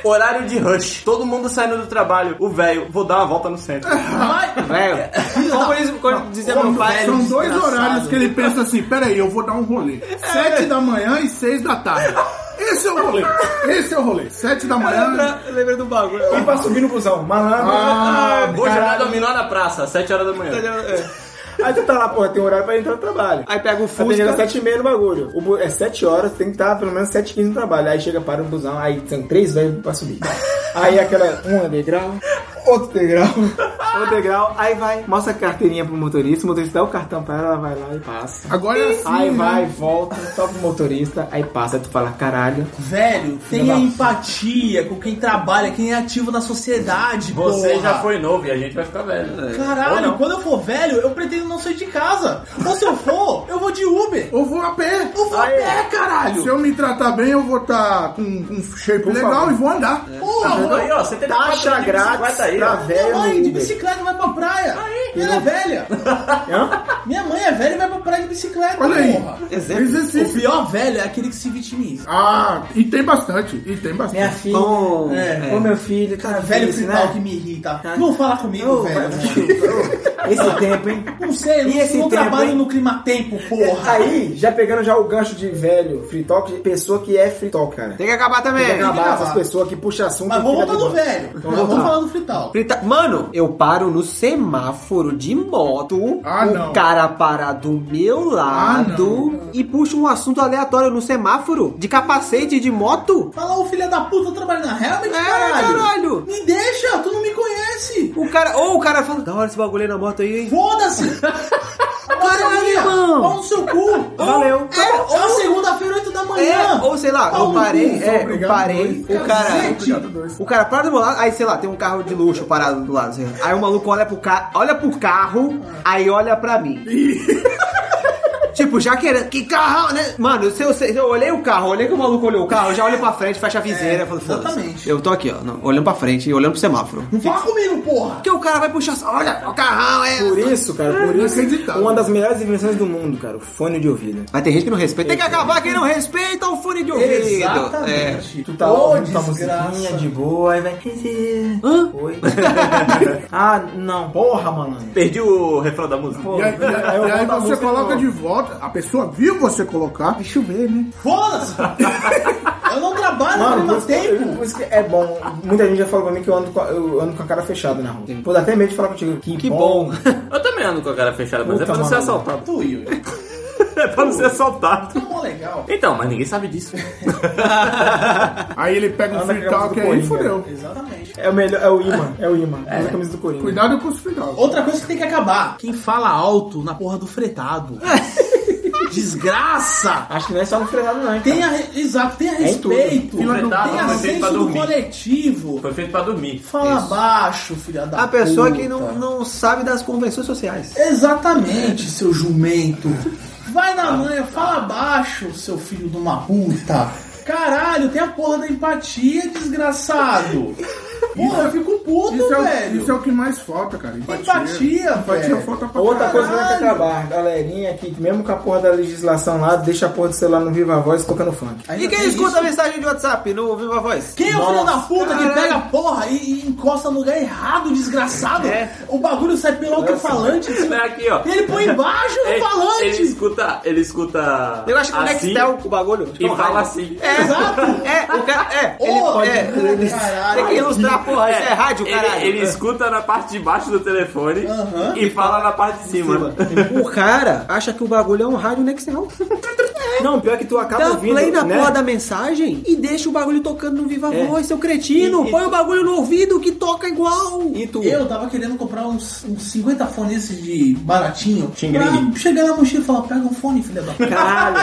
Horário de rush. Todo mundo saindo do trabalho. O velho, vou dar uma volta no centro.
Vai,
Velho. Como eles como dizia meu pai.
São dois horários que ele pensa assim: peraí, eu vou dar um rolê.
É.
Sete da manhã e seis da tarde. Esse é o rolê. Esse é o rolê. Sete da manhã.
Lembrei do bagulho.
E pra subir no busão, malandro.
Ah,
Vou jogar dominó na praça, às 7 horas da manhã.
Aí tu tá lá, porra, tem um horário pra entrar no trabalho.
Aí pega o
Tá pegando
Fusca.
7 e meia no bagulho. O bu- é 7 horas, tem que estar pelo menos 7 h 15 no trabalho. Aí chega, para o busão, aí tem três velhos pra subir. Aí aquela, um é degrau, um outro degrau, Underground, aí vai, mostra a carteirinha pro motorista, o motorista dá o cartão pra ela, ela vai lá e passa.
Agora é assim.
Aí
né?
vai, volta, toca o motorista, aí passa, aí tu fala, caralho.
Velho, tenha empatia com quem trabalha, quem é ativo na sociedade.
Você
porra.
já foi novo e a gente vai ficar velho. né? Ou
Caralho,
não.
quando eu for velho, eu pretendo não sair de casa. Ou se eu for, eu vou de Uber.
Eu vou a pé.
Eu vou a pé, caralho.
Se eu me tratar bem, eu vou estar com um shape legal e vou andar.
É.
Porra,
Tá Aí, ó, você tem
Taxa grátis
aí,
pra
ó.
velho
Minha mãe é
no
de
Uber.
bicicleta vai pra praia. Minha ela é velha. Minha mãe é velha e vai pra praia de bicicleta.
Olha aí.
porra.
Exemplo.
O pior velho é aquele que se vitimiza.
Ah, e tem bastante. E
Minha
tem bastante.
filha,
Bom,
é,
é.
ô meu filho, tá
Cara, velho
difícil,
frital que
né?
me irrita. Não fala comigo,
Ô,
velho.
vai- Esse tempo, hein?
Não sei, eu
E esse
não, não
tempo,
trabalho
hein? Tá
no clima-tempo, porra.
Aí, já pegando já o gancho de velho, free talk, pessoa que é free talk, cara.
Tem que acabar também.
Tem que acabar
acabar.
essas pessoas que puxam assunto.
Mas
e
vamos
fica
voltar
de
no
boa.
velho. Mas
voltar.
vamos falar do frital.
Grita- Mano, eu paro no semáforo de moto,
Ah,
o
não.
cara para do meu lado e puxa um assunto aleatório no semáforo de capacete de moto.
Fala, ô filha da puta, eu trabalho na Helmet,
É,
caralho.
caralho.
Me deixa, tu não me conhece.
O cara, ou o cara fala, da hora esse bagulho aí na moto aí, hein?
Foda-se. Caralho,
irmão.
Pau no seu cu.
Valeu.
É, é uma segunda-feira, 8 da
É,
manhã.
ou sei lá,
Pau
eu
no
parei,
cu,
é, eu
obrigado,
parei,
dois.
o cara,
Cacete.
o cara para do meu lado, aí sei lá, tem um carro de luxo parado do lado, assim, aí o maluco olha pro carro, olha pro carro, aí olha pra mim. Tipo, já querendo. Que carro, né? Mano, se eu, se eu olhei o carro, olhei que o maluco olhou o carro, eu já olho pra frente, fecha a viseira, falo, foda-se.
exatamente.
Eu tô aqui, ó, não, olhando pra frente e olhando pro semáforo.
Não fala comigo, porra.
Porque o cara vai puxar, olha, o carrão é.
Por isso, cara, por isso,
Inacreditável.
uma das melhores invenções do mundo, cara, o fone de ouvido.
Mas tem gente que não respeita. Tem que acabar quem não respeita o fone de ouvido. É.
Tu tá
Ô,
ouvindo tua
desgraça.
musiquinha de boa, aí vai...
Hã?
Oi. ah, não, porra, mano.
Perdi o refrão da música.
Pô,
E aí, e aí-
eu
e aí
volto a
você
música
coloca
novo.
de volta, a pessoa viu você colocar. Deixa eu ver, né?
Foda-se. eu não trabalho
Mano,
no
por isso,
mesmo
que-
tempo.
por isso que é bom. Muita gente já falou pra mim que eu ando com a, eu ando com a cara fechada na rua. Pô, dá até medo de falar contigo. Que, bom.
Eu também ando com a cara fechada, mas
Puta,
é pra não ser
mano.
assaltado.
Tu, Yuri.
É pra não ser assaltado.
Que É mó legal.
Então, mas ninguém sabe disso.
Aí ele pega um
Anda
free
com a camisa
talk
do
aí e
Coringa.
fodeu.
Exatamente.
É o melhor, é o imã, é o imã. É. a camisa do Corinthians.
Cuidado com os free talk.
Outra coisa que tem que acabar. Quem fala alto na porra do fretado. Desgraça.
Acho que não é só no frenado, não, hein? cara.
Tenha, re- exato, tenha
em tudo.
respeito.
Fila do-
tenha
Foi feito pra
senso do
dormir.
coletivo.
Foi feito pra dormir.
Fala baixo, filha da
A pessoa
puta.
que não, não sabe das convenções sociais.
Exatamente, seu jumento. Vai na manha, fala baixo, seu filho de uma puta. Caralho, tem a porra da empatia, desgraçado. Porra, eu fico puto,
Isso é, o,
velho.
isso é o que mais falta, cara.
Empatia,
Empatia é
velho.
falta pra
Outra
caralho.
coisa que vai ter que acabar, galerinha, que mesmo com a porra da legislação lá, deixa a porra do celular no Viva Voz tocando funk.
Ainda
E quem
tem
escuta
isso?
a mensagem de WhatsApp no Viva Voz?
Quem é o filho da puta
caralho.
que pega a porra e, e encosta no lugar errado, desgraçado? O bagulho sai pelo alto-falante.
É aqui, ó.
Ele põe embaixo
É,
o falante.
ele escuta. Ele escuta.
Eu acho que o
assim
Nextel o bagulho.
E fala assim.
É,
Exato.
É, o cara. É, ele
Ô,
pode.
cara,
É, ele-
caralho.
tem que ilustrar, porra, isso é rádio,
ele,
caralho.
ele escuta na parte de baixo do telefone
Aham.
e fala na parte de cima.
O cara acha que o bagulho é um rádio Nextel.
Não, pior que tu acaba
Dá
ouvindo,
play na
né?
porra da mensagem e deixa o bagulho tocando no Viva
É.
Voz, seu cretino.
E- e-
Põe o bagulho no ouvido que toca igual.
E tu...
Eu tava querendo comprar uns, uns 50 fones esses de baratinho.
Xingringue.
Pra chegar na mochila e falar, pega um fone, filha da puta.
Caralho.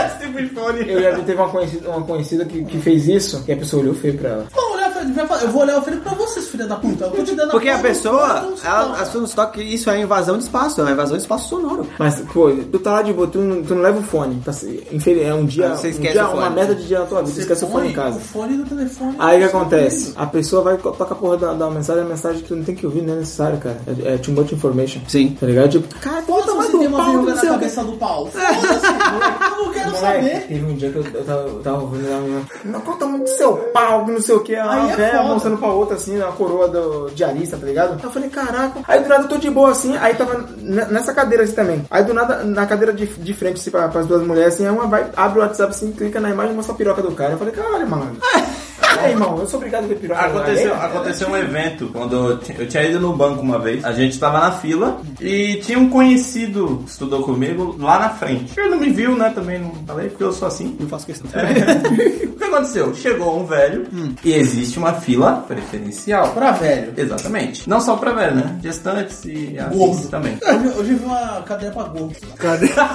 Eu já vi, teve uma conhecida, uma conhecida que, que fez isso, e a pessoa olhou feio pra ela.
Vou olhar, vai falar, Eu vou olhar o filho pra vocês, filha da puta. Eu tô te dando
Porque a
porra do
pessoa,
fone, não
ela
sei
assume só que isso é invasão de espaço, é uma invasão de espaço sonoro.
Mas, pô, tu tá lá de boa, tu não, tu não leva o fone. Tá, se- infeliz- é um dia,
Ah, você
um
esquece
dia
o fone.
uma merda de dia na tua vida, tu
Você
esquece o fone
põe
em casa.
O fone assim, do telefone. é
Aí o que
você
acontece?
põe.
A pessoa vai co- toca a porra da, da mensagem, a mensagem que tu não tem que ouvir, não é necessário, cara. É, é too much information.
Sim.
Tá ligado? Tipo, cara, puta,
Foda-se
mas
se tem
do
uma
pau,
verruga
não
na
sei o que.
cabeça do pau. Foda-se, eu não quero
Moleque,
saber.
teve um dia que eu, eu tava, eu tava ouvindo ela menina, não conta muito do seu pau, que não sei o que, a
Aí é
velha
foda.
mostrando pra outra assim, na coroa do diarista, tá ligado? Eu falei, caraca, aí do nada eu tô de boa assim, aí tava ne- nessa cadeira assim também. Aí do nada, na cadeira de, de frente, assim, pra, pras duas mulheres, assim, aí uma vai, abre o WhatsApp assim, clica na imagem e mostra a piroca do cara. Eu falei, caralho, malandro. É, irmão, eu sou obrigado a ver piroca. né?
Aconteceu,
alheia.
aconteceu um evento quando eu, ti- eu tinha ido no banco uma vez. A gente tava na fila e tinha um conhecido que estudou comigo lá na frente. Ele não me viu, né? Também não falei, porque eu sou assim.
Não faço questão.
o que aconteceu? Chegou um velho e existe uma fila preferencial.
Pra velho.
Exatamente. Não só pra velho, né? Gestantes e assim
Gordo.
também.
Hoje, hoje eu vi uma cadeira pra gordo.
Cadeira?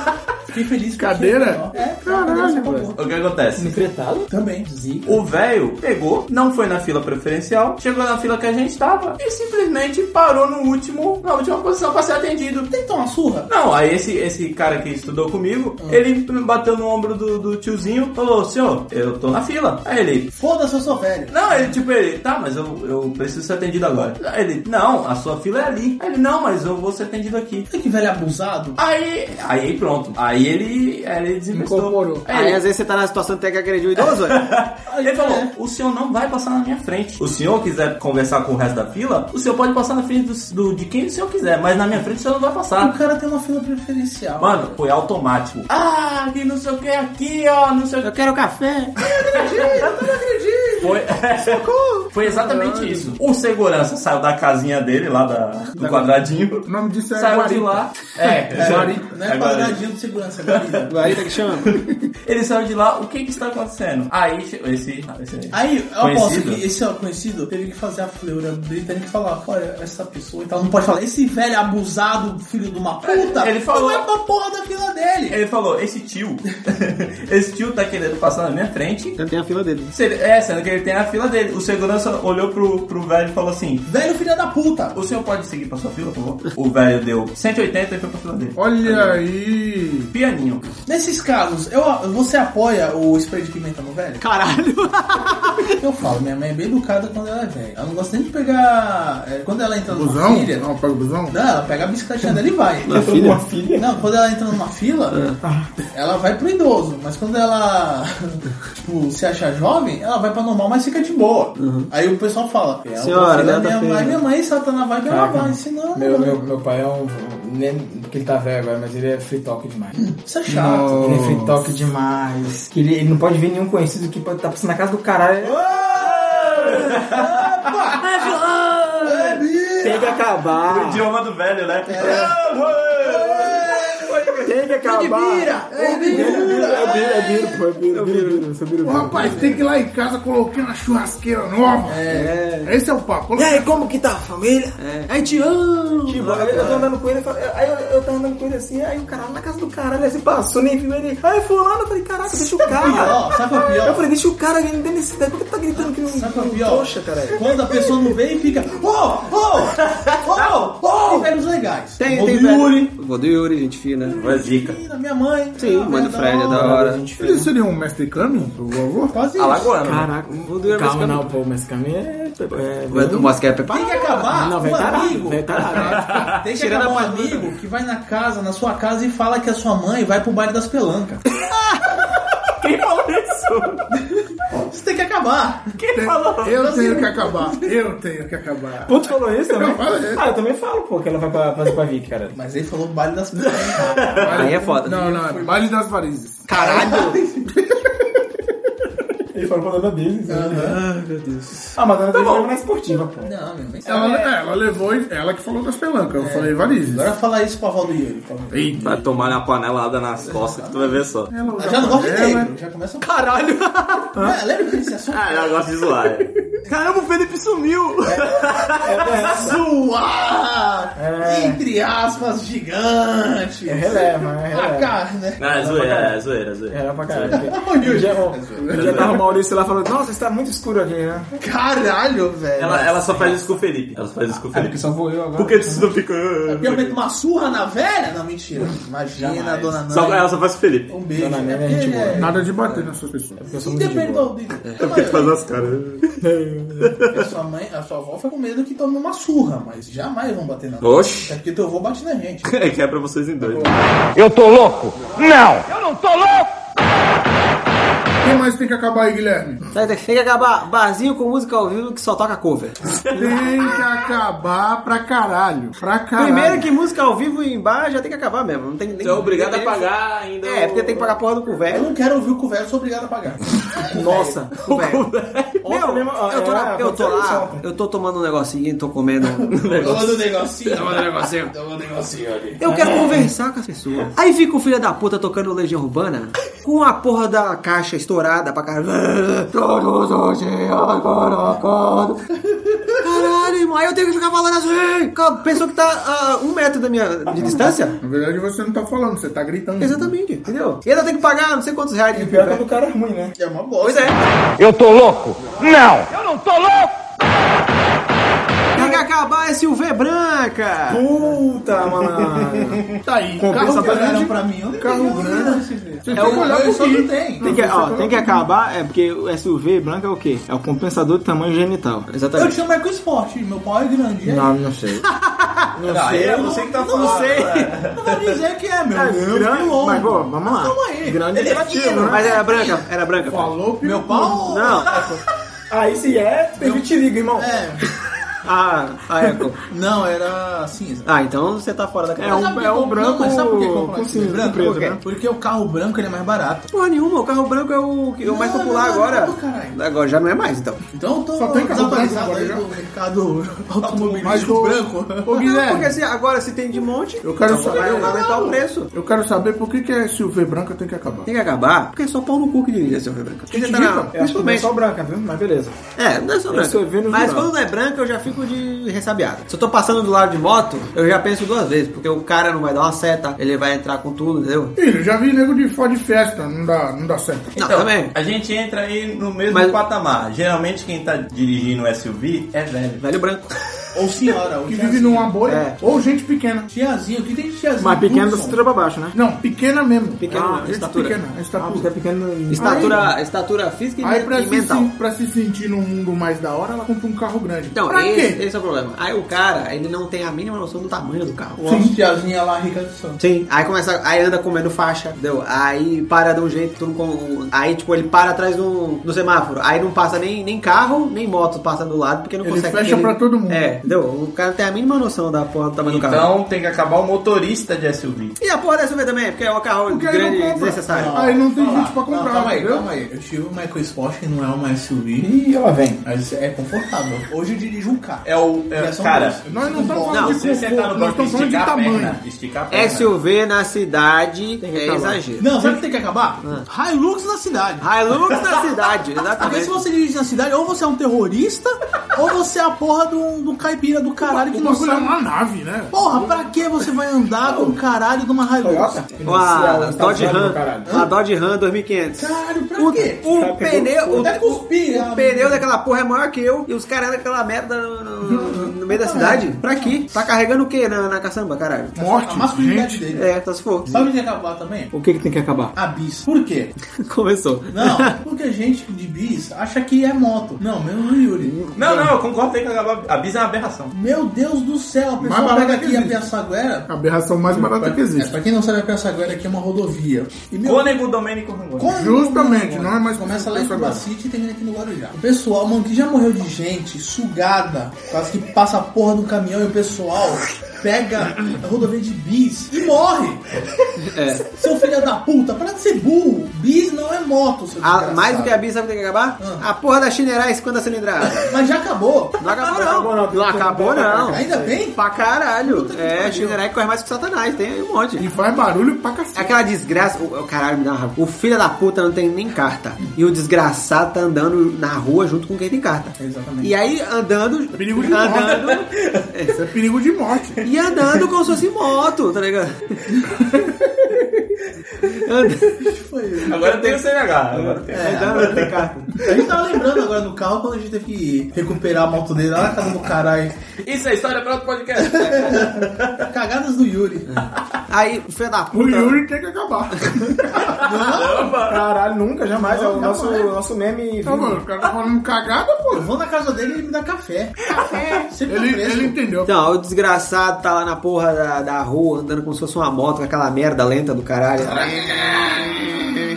Fiquei feliz. porque-
Cadeira?
É, caralho, velho.
O que acontece?
Enfrentado?
Também. Zica.
O velho pegou, não foi na fila preferencial, chegou na fila que a gente tava e simplesmente parou no último, na última posição pra ser atendido.
Tem que tomar uma surra.
Não, aí esse, esse cara que estudou comigo,
Ah.
ele bateu no ombro do, do tiozinho, falou, senhor, eu tô na fila. Aí ele,
Foda-se, eu sou velho.
não, ele tipo, ele, tá, mas eu, eu preciso ser atendido agora. Aí ele, não, a sua fila é ali. Aí ele, não, mas eu vou ser atendido aqui.
Olha que velho abusado.
Aí, aí pronto. Aí ele, aí ele desinvestou.
Incorporou.
Aí
Aí
ele,
às vezes você tá na situação de ter que agredir o idoso, velho.
Aí ele falou: o senhor não vai passar na minha frente. O senhor quiser conversar com o resto da fila, o senhor pode passar na frente do, do- de quem o senhor quiser, mas na minha frente o senhor não vai
O
passar.
cara tem uma fila preferencial.
Mano, foi automático. Ah, que não sei o que aqui, ó, não sei o que.
Eu quero café.
Foi, foi exatamente isso. O segurança saiu da casinha dele, lá da, do quadradinho.
O nome disso é
Saiu de
guarita.
lá. É, é,
Não
é
é
guarita.
quadradinho de segurança, né, guarida.
Guarita que chama.
Ele saiu de lá, o que que está acontecendo? Aí, che- esse. esse
Aí, eu aposto
conhecido-
que esse ó, conhecido teve que fazer a fleura britânica e falar: Olha, essa pessoa e tal, não pode falar, esse velho abusado, filho de uma puta,
Ele falou-
não vai pra porra da fila dele.
Ele falou, esse tio, esse tio tá querendo passar na minha frente.
Então tem a fila dele.
Se ele- É, sendo que ele tem a fila dele. O segurança olhou pro, pro velho e falou assim:
Velho, filho da puta.
O senhor pode seguir pra sua fila, por favor? O velho deu 180 e foi pra fila dele.
Olha aí.
Pianinho.
Nesses casos, eu, você apoia o spray de pimenta no velho?
Caralho.
Eu falo, minha mãe é bem educada quando ela é velha. Ela não gosta nem de pegar. é, quando ela entra numa
Busão?
filha.
Não, pega o busão?
Não, ela pega a bicicletinha dela e vai.
Uma filha.
Não, quando ela entra numa fila,
É.
ela vai pro idoso. Mas quando ela, tipo, se acha jovem, ela vai pra normal, mas fica de boa. Aí o pessoal fala, "É,
Uhum. Senhora,
filha
ela tá
minha mãe,
feia."
minha mãe, se ela tá na vibe, ela vai. né? Se não,
Meu,
não.
meu, meu pai é um. Nem, porque ele tá velho agora, mas ele é free talk demais.
isso é chato.
Ele é free talk demais. Que ele, ele não pode ver nenhum conhecido que pode tá passando na casa do caralho.
Tem que
O
acabar.
idioma do velho, né? É.
Tem que acabar. É bira, é bira, pô, é bira, bira, bira, sou bira,
Ô,
bira.
rapaz, tem que ir lá em casa colocar uma churrasqueira nova. É. Esse é o papo.
E aí, como que tá a família? É. Aí te amo. eu tô andando com ele, eu falo- aí eu, eu tava andando com ele assim, aí o cara na casa do caralho, assim, passou, nem viu ele. Aí fulano, eu falei, caraca, deixa o cara.
Pior, sabe qual é o
Eu
pior?
falei, deixa o cara, ele não tem necessidade, por que tá gritando que não...
Sabe qual é o
não-
pior?
Poxa, caralho.
Quando a pessoa não vem e fica, oh, oh, oh, oh, velhos legais.
Tá. Tem,
Vou
tem
do Yuri.
velho. Vou do Yuri, gente fina.
Foi zica.
Menina, Minha mãe.
Sim,
Ah,
mãe do
velho,
Fred é da
hora.
hora.
Ele seria um mestre Kami, por favor?
Quase isso.
Alagoano.
Caraca, vou do Yuri.
Calma,
mas-
não, pô, mas caminho é... é-
Vai do Mosca é preparado.
Tem que acabar
Não,
um
velho,
amigo.
tarado, velho, tarado.
Tem que
Tirando
acabar um
a parte
amigo que vai na casa, na sua casa e fala que a sua mãe vai pro baile das pelancas. Quem falou isso? Isso tem que acabar.
Eu tenho que acabar. Eu tenho que acabar.
Pô, tu falou isso também?
Eu falei.
Ah, eu também falo, pô, que ela vai pra, fazer pra Vicky, cara.
Mas ele falou baile das pelancas.
Aí é foda.
Não, não, é Baile das Varizes.
Ele falou pra Dona Daisy. Ah, meu Deus. Ah, mas a Dona Daisy joga na esportiva, pô.
Não, minha mãe. sabe.
Ela, é, ela levou, ela que falou das pelancas. Eu falei varizes.
Agora fala isso pro avó do Yuri. por favor.
Eita.
Vai tomar uma panelada nas costas que tu vai ver só.
Ela usa
Eu já não gosto de
panela.
negro. Já começa Caralho. É, Lembra que esse assunto?
Ah, eu gosto de zoar. é.
Caramba, o Felipe sumiu.
Suar! Entre aspas, gigante.
É releva, é
A
releva.
carne, né?
Não, é zoeira, é zoeira, é zoeira.
Era pra caralho.
Ô, Yuri.
Um dia, um, um dia tava o Maurício lá falando, nossa, está muito escuro aqui, né?
Caralho, velho.
Ela, ela só faz isso com o Felipe. Ela É, só faz isso com o Felipe.
só vou eu agora.
Por que tu não fica. ah,
Eu meto uma surra na velha? Não, mentira. Imagina, a dona Nani.
Só, ela só faz com o Felipe.
Um beijo.
Dona Nani é
Porque
gente
ele é-
Nada de bater nessas pessoas.
Eu sou muito de
Independente
boa.
do... Então,
É porque tu faz as caras.
A sua mãe, a sua avó foi com medo que tome uma surra, mas jamais vão bater na
Oxi.
É porque teu avô bate na gente.
É que é pra vocês em dois.
Eu tô louco? Não! Eu não tô louco!
Quem mais tem que acabar aí, Guilherme?
Tem tem que acabar barzinho com música ao vivo que só toca cover.
Tem que acabar pra caralho. Pra caralho.
Primeiro que música ao vivo em bar já tem que acabar mesmo. Não tem nem.
Você é obrigado
nem-
a pagar ainda.
É, porque tem que pagar a porra do cu
Eu
velho.
não quero ouvir o couvert, sou obrigado a pagar.
Nossa, cu velho. Meu,
mesmo-
eu tô, na-
é,
eu tô
aconteceu isso
lá,
ontem.
eu tô tomando um negocinho, tô comendo um
Dona do negocinho.
Dá um negocinho. Eu quero conversar com as pessoas. Aí fica o filho da puta tocando Legião Urbana com a porra da caixa estourada pra caralho. Todos os dias agora acordo. Caralho, irmão, aí eu tenho que ficar falando assim. com a pessoa que tá a um metro da minha
Ah,
de distância.
Na verdade, você não tá falando, você tá gritando.
Exatamente, entendeu? E ainda tem que pagar não sei quantos reais de
Pior quando o cara é ruim, né?
É uma bosta.
Pois é.
Eu tô louco? Não! Eu não tô louco!
Tem que acabar esse UV branca.
Puta, mano.
Tá aí.
Carro grande
grande.
pra mim, eu não
Carro
tenho
grande.
grana.
Você tem que olhar pro
só não tem.
Tem que, ó, tem que acabar, é porque o SUV branco é o quê? É o compensador de tamanho genital.
Eu
Exatamente.
tinha Marco é Esporte, meu pau é grande.
Não, não sei. Ah,
Não, aí
um
é você que tá falando. Não sei.
Não vai dizer que é, meu.
É
Meu
grande,
pilão.
mas pô, vamos lá.
Calma aí.
Grande
Ele é pequeno,
né?
Mas era branca, era branca.
Falou,
Meu pau?
Não,
Aí se é, teve te liga, irmão.
É.
a, a Echo.
Não, era assim, cinza.
é, Ah, então você tá fora da
É
cabeça.
um,
sabe
é um
como-
branco
não, mas sabe por que comprar
com
esse
cinza
branco?
preto,
Por quê?
né?
Porque o carro branco ele é mais barato.
Porra nenhuma, o carro branco é o, que- o mais
Não,
popular
não,
agora.
não, caralho.
agora já não é mais, então.
Então eu tô
Só tem carro
desatualizado
branco
aí
agora
do mercado
Mas
automobilístico
o
branco.
Ô,
Não, porque
Guilherme,
assim, agora se tem de monte, então
eu quero
vai
saber.
aumentar o preço.
Eu quero saber por que, que a SUV branca tem que acabar.
Tem que acabar, porque é só pau no cu que dirige esse branco. tá
Que diga.
Eu acho que não é
Principalmente.
só branca, viu? Mas beleza.
É, não é só branca.
sou Vênus
Mas
Rural.
quando não é branca, eu já fico de ressabiado. Se eu tô passando do lado de moto, eu já penso duas vezes, porque o cara não vai dar uma seta, ele vai entrar com tudo, entendeu?
Filho, já vi nego de Ford Fiesta, não dá, não dá certo.
Ah, Então.
Não, também.
A gente entra aí no mesmo
Mas-
patamar. Geralmente quem tá dirigindo SUV é velho.
Velho branco.
Ou senhora, ou
Que vive numa bolha.
É.
Ou gente pequena.
Tiazinho, o que tem de tiazinho?
Mas pequeno da
Hudson.
cintura pra baixo, né?
Não, pequena mesmo.
Pequena,
Ah, gente
estatura.
pequena,
Ah, porque
estatura.
é pequeno...
Estatura, estatura física e,
Aí pra se,
e mental.
se- pra se sentir num mundo mais da hora, ela compra um carro grande.
Então,
pra
esse,
quê?
esse é o problema. Aí o cara, ele não tem a mínima noção do tamanho do carro.
Sim, tiazinha lá, rica do santo.
Sim. Aí começa, aí anda comendo faixa, entendeu? Aí para de um jeito, tu não com- aí tipo, ele para atrás do, do semáforo. Aí não passa nem, nem carro, nem moto passa do lado, porque não
Ele
consegue.
fecha pra todo mundo.
É, entendeu? O cara tem a mínima noção da porra do tamanho do carro.
Então tem que acabar o motorista de SUV.
E a porra da SUV também, porque é um carro
Porque aí
grande
não
e
compra. Ah,
desnecessário.
Aí não tem
Olha lá.
gente pra comprar.
Não, calma aí,
entendeu?
calma aí. Eu tive o Michael Sport, que não é uma SUV,
E ela vem.
mas é confortável. Hoje eu dirijo um carro.
É o. é-
Já são
cara,
dois.
Nós não estamos falando
Não,
de
se você
conforto,
um
tá
nós
no banco e
estamos falando de
esticar a perna,
tamanho.
esticar a perna.
SUV na cidade é exagero.
Não, sabe o que tem que acabar? Hilux na cidade.
Hilux na cidade,
Porque se
Ah. exatamente.
você dirige na cidade, ou você é um terrorista, ou você é a porra do, do caipira do caralho que
O
não
bagulho é
sabe.
uma nave, né?
Porra, pra que você vai andar com o caralho de uma Hilux?
Uma
Tá
Dodge
zoado,
Ram,
caralho.
uma Dodge Ram 2500.
Caralho, pra
O,
quê?
o
Tá
pneu, o,
Até cuspir,
o
né?
pneu daquela porra é maior que eu e os caras naquela merda no, no- no meio da cidade. Pra quê? Tá carregando o quê na, na caçamba, caralho?
Morte,
é A masculinidade
gente.
dele.
É, só se for.
Sabe o que tem que acabar também?
O que que tem que acabar?
A bis. Por quê?
Começou.
Não, porque gente de bis acha que é moto. Não, mesmo o Yuri.
Não, não, eu concordo, tem que acabar. A bis é uma aberração.
Meu Deus do céu, a
Mais
pessoa
barato
pega
que
aqui a
existe.
Piaçaguera.
A aberração mais barata que
É,
existe.
pra quem não sabe, a Piaçaguera aqui é uma rodovia. E meu
Cônego Domênico Rangoni.
Como
Justamente,
que
não é mais
Começa lá em assim.
Piaçaguera.
Cubacite e termina aqui no Guarujá. O pessoal, mano, que já morreu de gente sugada, quase que passa a porra do caminhão e o pessoal pega a rodovia de bis e morre.
É.
Seu filho da puta, para de ser burro. Bis não é moto, seu
A-
desgraçado.
Ah, mais do que a bis, sabe o que tem que acabar?
Ah.
A porra da é Chinerai 50 cilindradas.
Mas já acabou.
Não acabou não. Não acabou não.
Ainda bem?
Pra caralho.
que
É,
pariu.
Chinerai corre mais que o Satanás, tem aí um monte. É
E faz barulho pra cacete.
Aquela desgraça. O, o caralho me dá uma raiva. O filho da puta não tem nem carta. E o desgraçado tá andando na rua junto com quem tem carta.
Exatamente.
E aí andando.
Perigo de
andando.
Isso é perigo de morte.
E andando como se fosse moto, tá ligado? Andando,
Agora tem o CNH. Agora tem.
andando não tem carta.
A gente tava lembrando agora no carro quando a gente teve que recuperar a moto dele lá na casa do caralho.
Isso é história para outro podcast.
Cagadas do Yuri.
Aí o filho da
O
puta.
Yuri tem que acabar.
Caralho, nunca, jamais. é o nosso, nosso meme.
Não, mano, o cara tá falando cagada, pô.
Eu vou na casa dele e ele me dá café. Café. Sempre tá
Ele,
fresco.
ele entendeu.
Então, o desgraçado tá lá na porra da, da rua, andando como se fosse uma moto, com aquela merda lenta do caralho.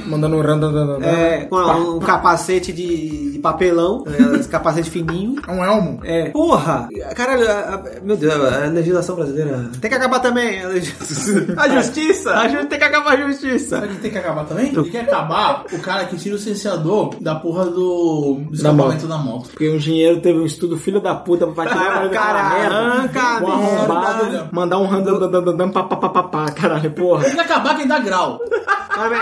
Mandando um randandandandan.
É, com a- um capacete de, de papelão,
É.
né, esse capacete fininho.
É um elmo.
É, porra! Caralho, a- a- meu Deus, a a legislação brasileira. Tem que acabar também. A, legislação.
A justiça?
a gente tem que acabar a justiça.
Sabe quem tem que acabar também? Tem que acabar o cara que tira o silenciador da porra do escapamento da moto.
Porque o engenheiro teve um estudo filho da puta tá pra tirar
Ah, cara, arranca a
um arrombado,
merda.
mandar um randandandandandam pá, pá, pá, pá, pá, caralho, porra.
Tem que acabar quem dá grau.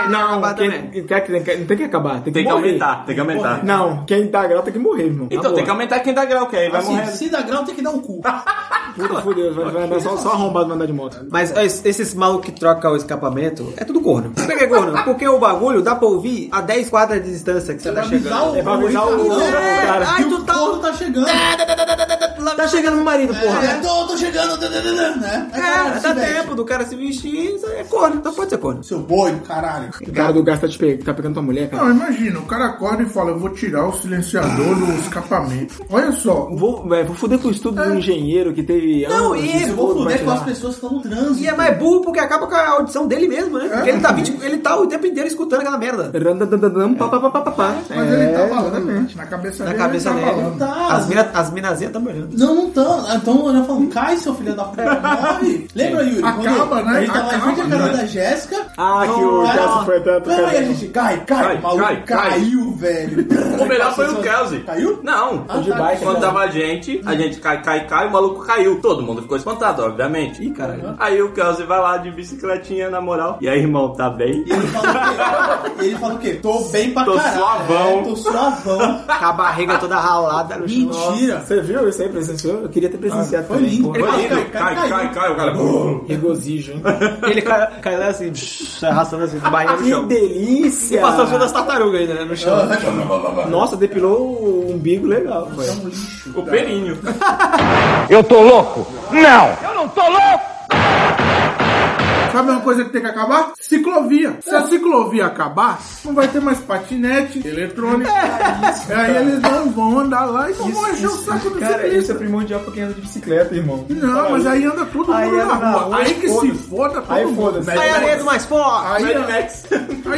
Não,
acabar
quem,
também.
quem quer- quem quer- não tem que acabar, tem que
Tem que
morrer.
aumentar, tem que aumentar.
Não, quem dá grau tem que morrer, irmão.
Então, tem que aumentar quem dá grau, que aí vai
É.
Assim,
morrer.
se dá grau, tem que dar o cu.
Puta fudeu, vai, vai andar só, só arrombado vai andar de moto.
Mas es- esses malucos que trocam o escapamento é tudo corno. Por que é corno? Porque o bagulho dá pra ouvir a 10 quadras de distância que você tá
Pra avisar
chegando. É,
o
É pra avisar o-
o-
o cara.
Ai, tu tá... O tá chegando.
Tá chegando meu marido, porra.
É, tô, tô chegando. Né? Aí,
É,
cara, se
dá
veste.
tempo do cara se vestir, isso é corno, então pode ser corno.
Seu boi do caralho.
O cara do gás tá, te pe- tá pegando tua mulher, cara.
Não, imagina, o cara acorda e fala, eu vou tirar o silenciador do escapamento. Olha só,
Vou, é, vou fuder com o estudo do engenheiro que teve.
Não,
anos
e
de
eu
Eu vou
estudo pra
fuder com as
tirar.
pessoas que estão no trânsito.
E é mais burro porque acaba com a audição dele mesmo, né? Porque ele tá, 20 ele tá o tempo inteiro escutando aquela merda.
Randandandandam, pá, pá, pá, pá, pá, pá.
mas
É,
ele tá falando, na cabeça
Na
dele
cabeça
ele tá
dele.
falando.
Tá.
As, mina, as minazinhas tão me olhando.
Não, não tá. Então eu já falo, cai, seu filho da puta, morre. Lembra, Yuri?
Acaba,
quando
né?
A gente tava em
Acaba,
frente à casa
né?
da Jéssica.
Ah, que o
Cai,
Jéssica
ó.
foi tanto,
Não,
cara.
e a gente, cai, cai,
Cai,
o maluco
cai, cai.
caiu, velho.
O melhor foi o Kelsey.
Caiu?
Não.
Ah,
de
tá.
bike,
Quando tava a gente, a gente cai, cai, cai, o maluco caiu. Todo mundo ficou espantado, obviamente. Ih, caralho. Aí o Kelsey vai lá de bicicletinha, na moral. E aí, irmão, tá bem?
E ele fala o quê? Ele fala o quê? Tô bem pra
Tô
caralho.
suavão.
É, tô suavão.
Com a barriga toda ralada no chão.
Mentira.
Você viu isso aí, presenciou? Eu queria ter presenciado.
Foi
também,
lindo.
porra.
Ele fala,
Cai, cai, cai, cai, o cara.
Regozijo, hein?
Ele cai, cai lá assim, psh,
é
arrastando assim, com a barriga no
Que
chão.
delícia!
E passou o fio das tartarugas ainda, né, no chão.
Nossa, depilou o umbigo legal, velho.
O pelinho.
Eu tô louco? Não! Eu não tô louco!
Sabe uma coisa que tem que acabar? Ciclovia. Se a ciclovia acabar, não vai ter mais patinete, eletrônica.
É
E aí eles não vão andar lá e não vão encher o saco do
Cara, isso
ciclista.
é primordial pra quem anda de bicicleta, irmão.
Não, mas aí anda todo mundo
Aí
na
anda na
rua.
rua,
Aí que se
foda-se.
foda todo
Aí
mundo.
foda-se.
Aí a areia do mais forte.
Aí, aí,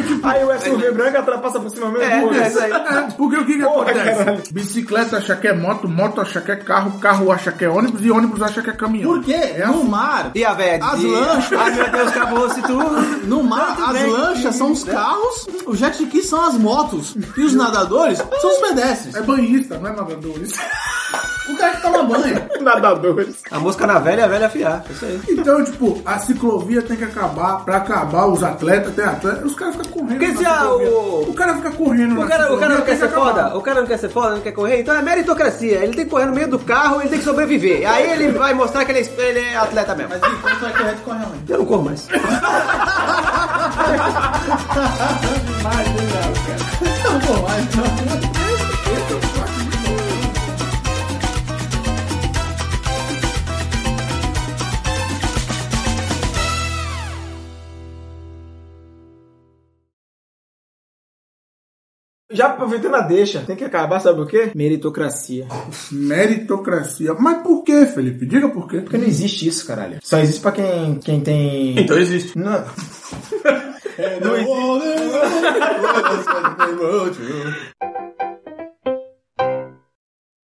tipo,
Aí o SUV branco atrapassa por cima mesmo.
É, é isso aí.
É, porque o que, que
Porra,
acontece?
caralho.
Bicicleta acha que é moto, moto acha que é carro, carro acha que é ônibus e ônibus acha que é caminhão.
Por quê? No mar,
E a velha?
As
de-
lanchas.
Ai, meu Deus, acabou se tudo.
no mar as lanchas são os carros, os jet skis são as motos e os nadadores são os pedestres.
É banhista, não é nadador. isso.
O cara que toma banho.
Nadadores.
A música na velha, a velha afiar. Isso aí.
Então, tipo, a ciclovia tem que acabar. Pra acabar, os atletas, tem atleta, os caras ficam correndo.
Porque
na
se a-
ciclovia.
o-
o cara fica correndo.
O
na
cara, o
ciclovia,
cara
tem
não quer
que
ser
acabar.
foda, o cara não quer ser foda, não quer correr, então é meritocracia. Ele tem que correr no meio do carro, ele tem que sobreviver. Aí ele vai mostrar que ele é, ele é atleta mesmo.
Mas enquanto é correto, corre aonde?
Eu não corro mais.
Não vou mais, não.
Já aproveitando a deixa, tem que acabar, sabe o quê? Meritocracia.
Meritocracia. Mas por quê, Felipe? Diga por quê.
Porque não existe isso, caralho. Só existe pra quem, quem tem...
Então existe.
Não.
Não existe.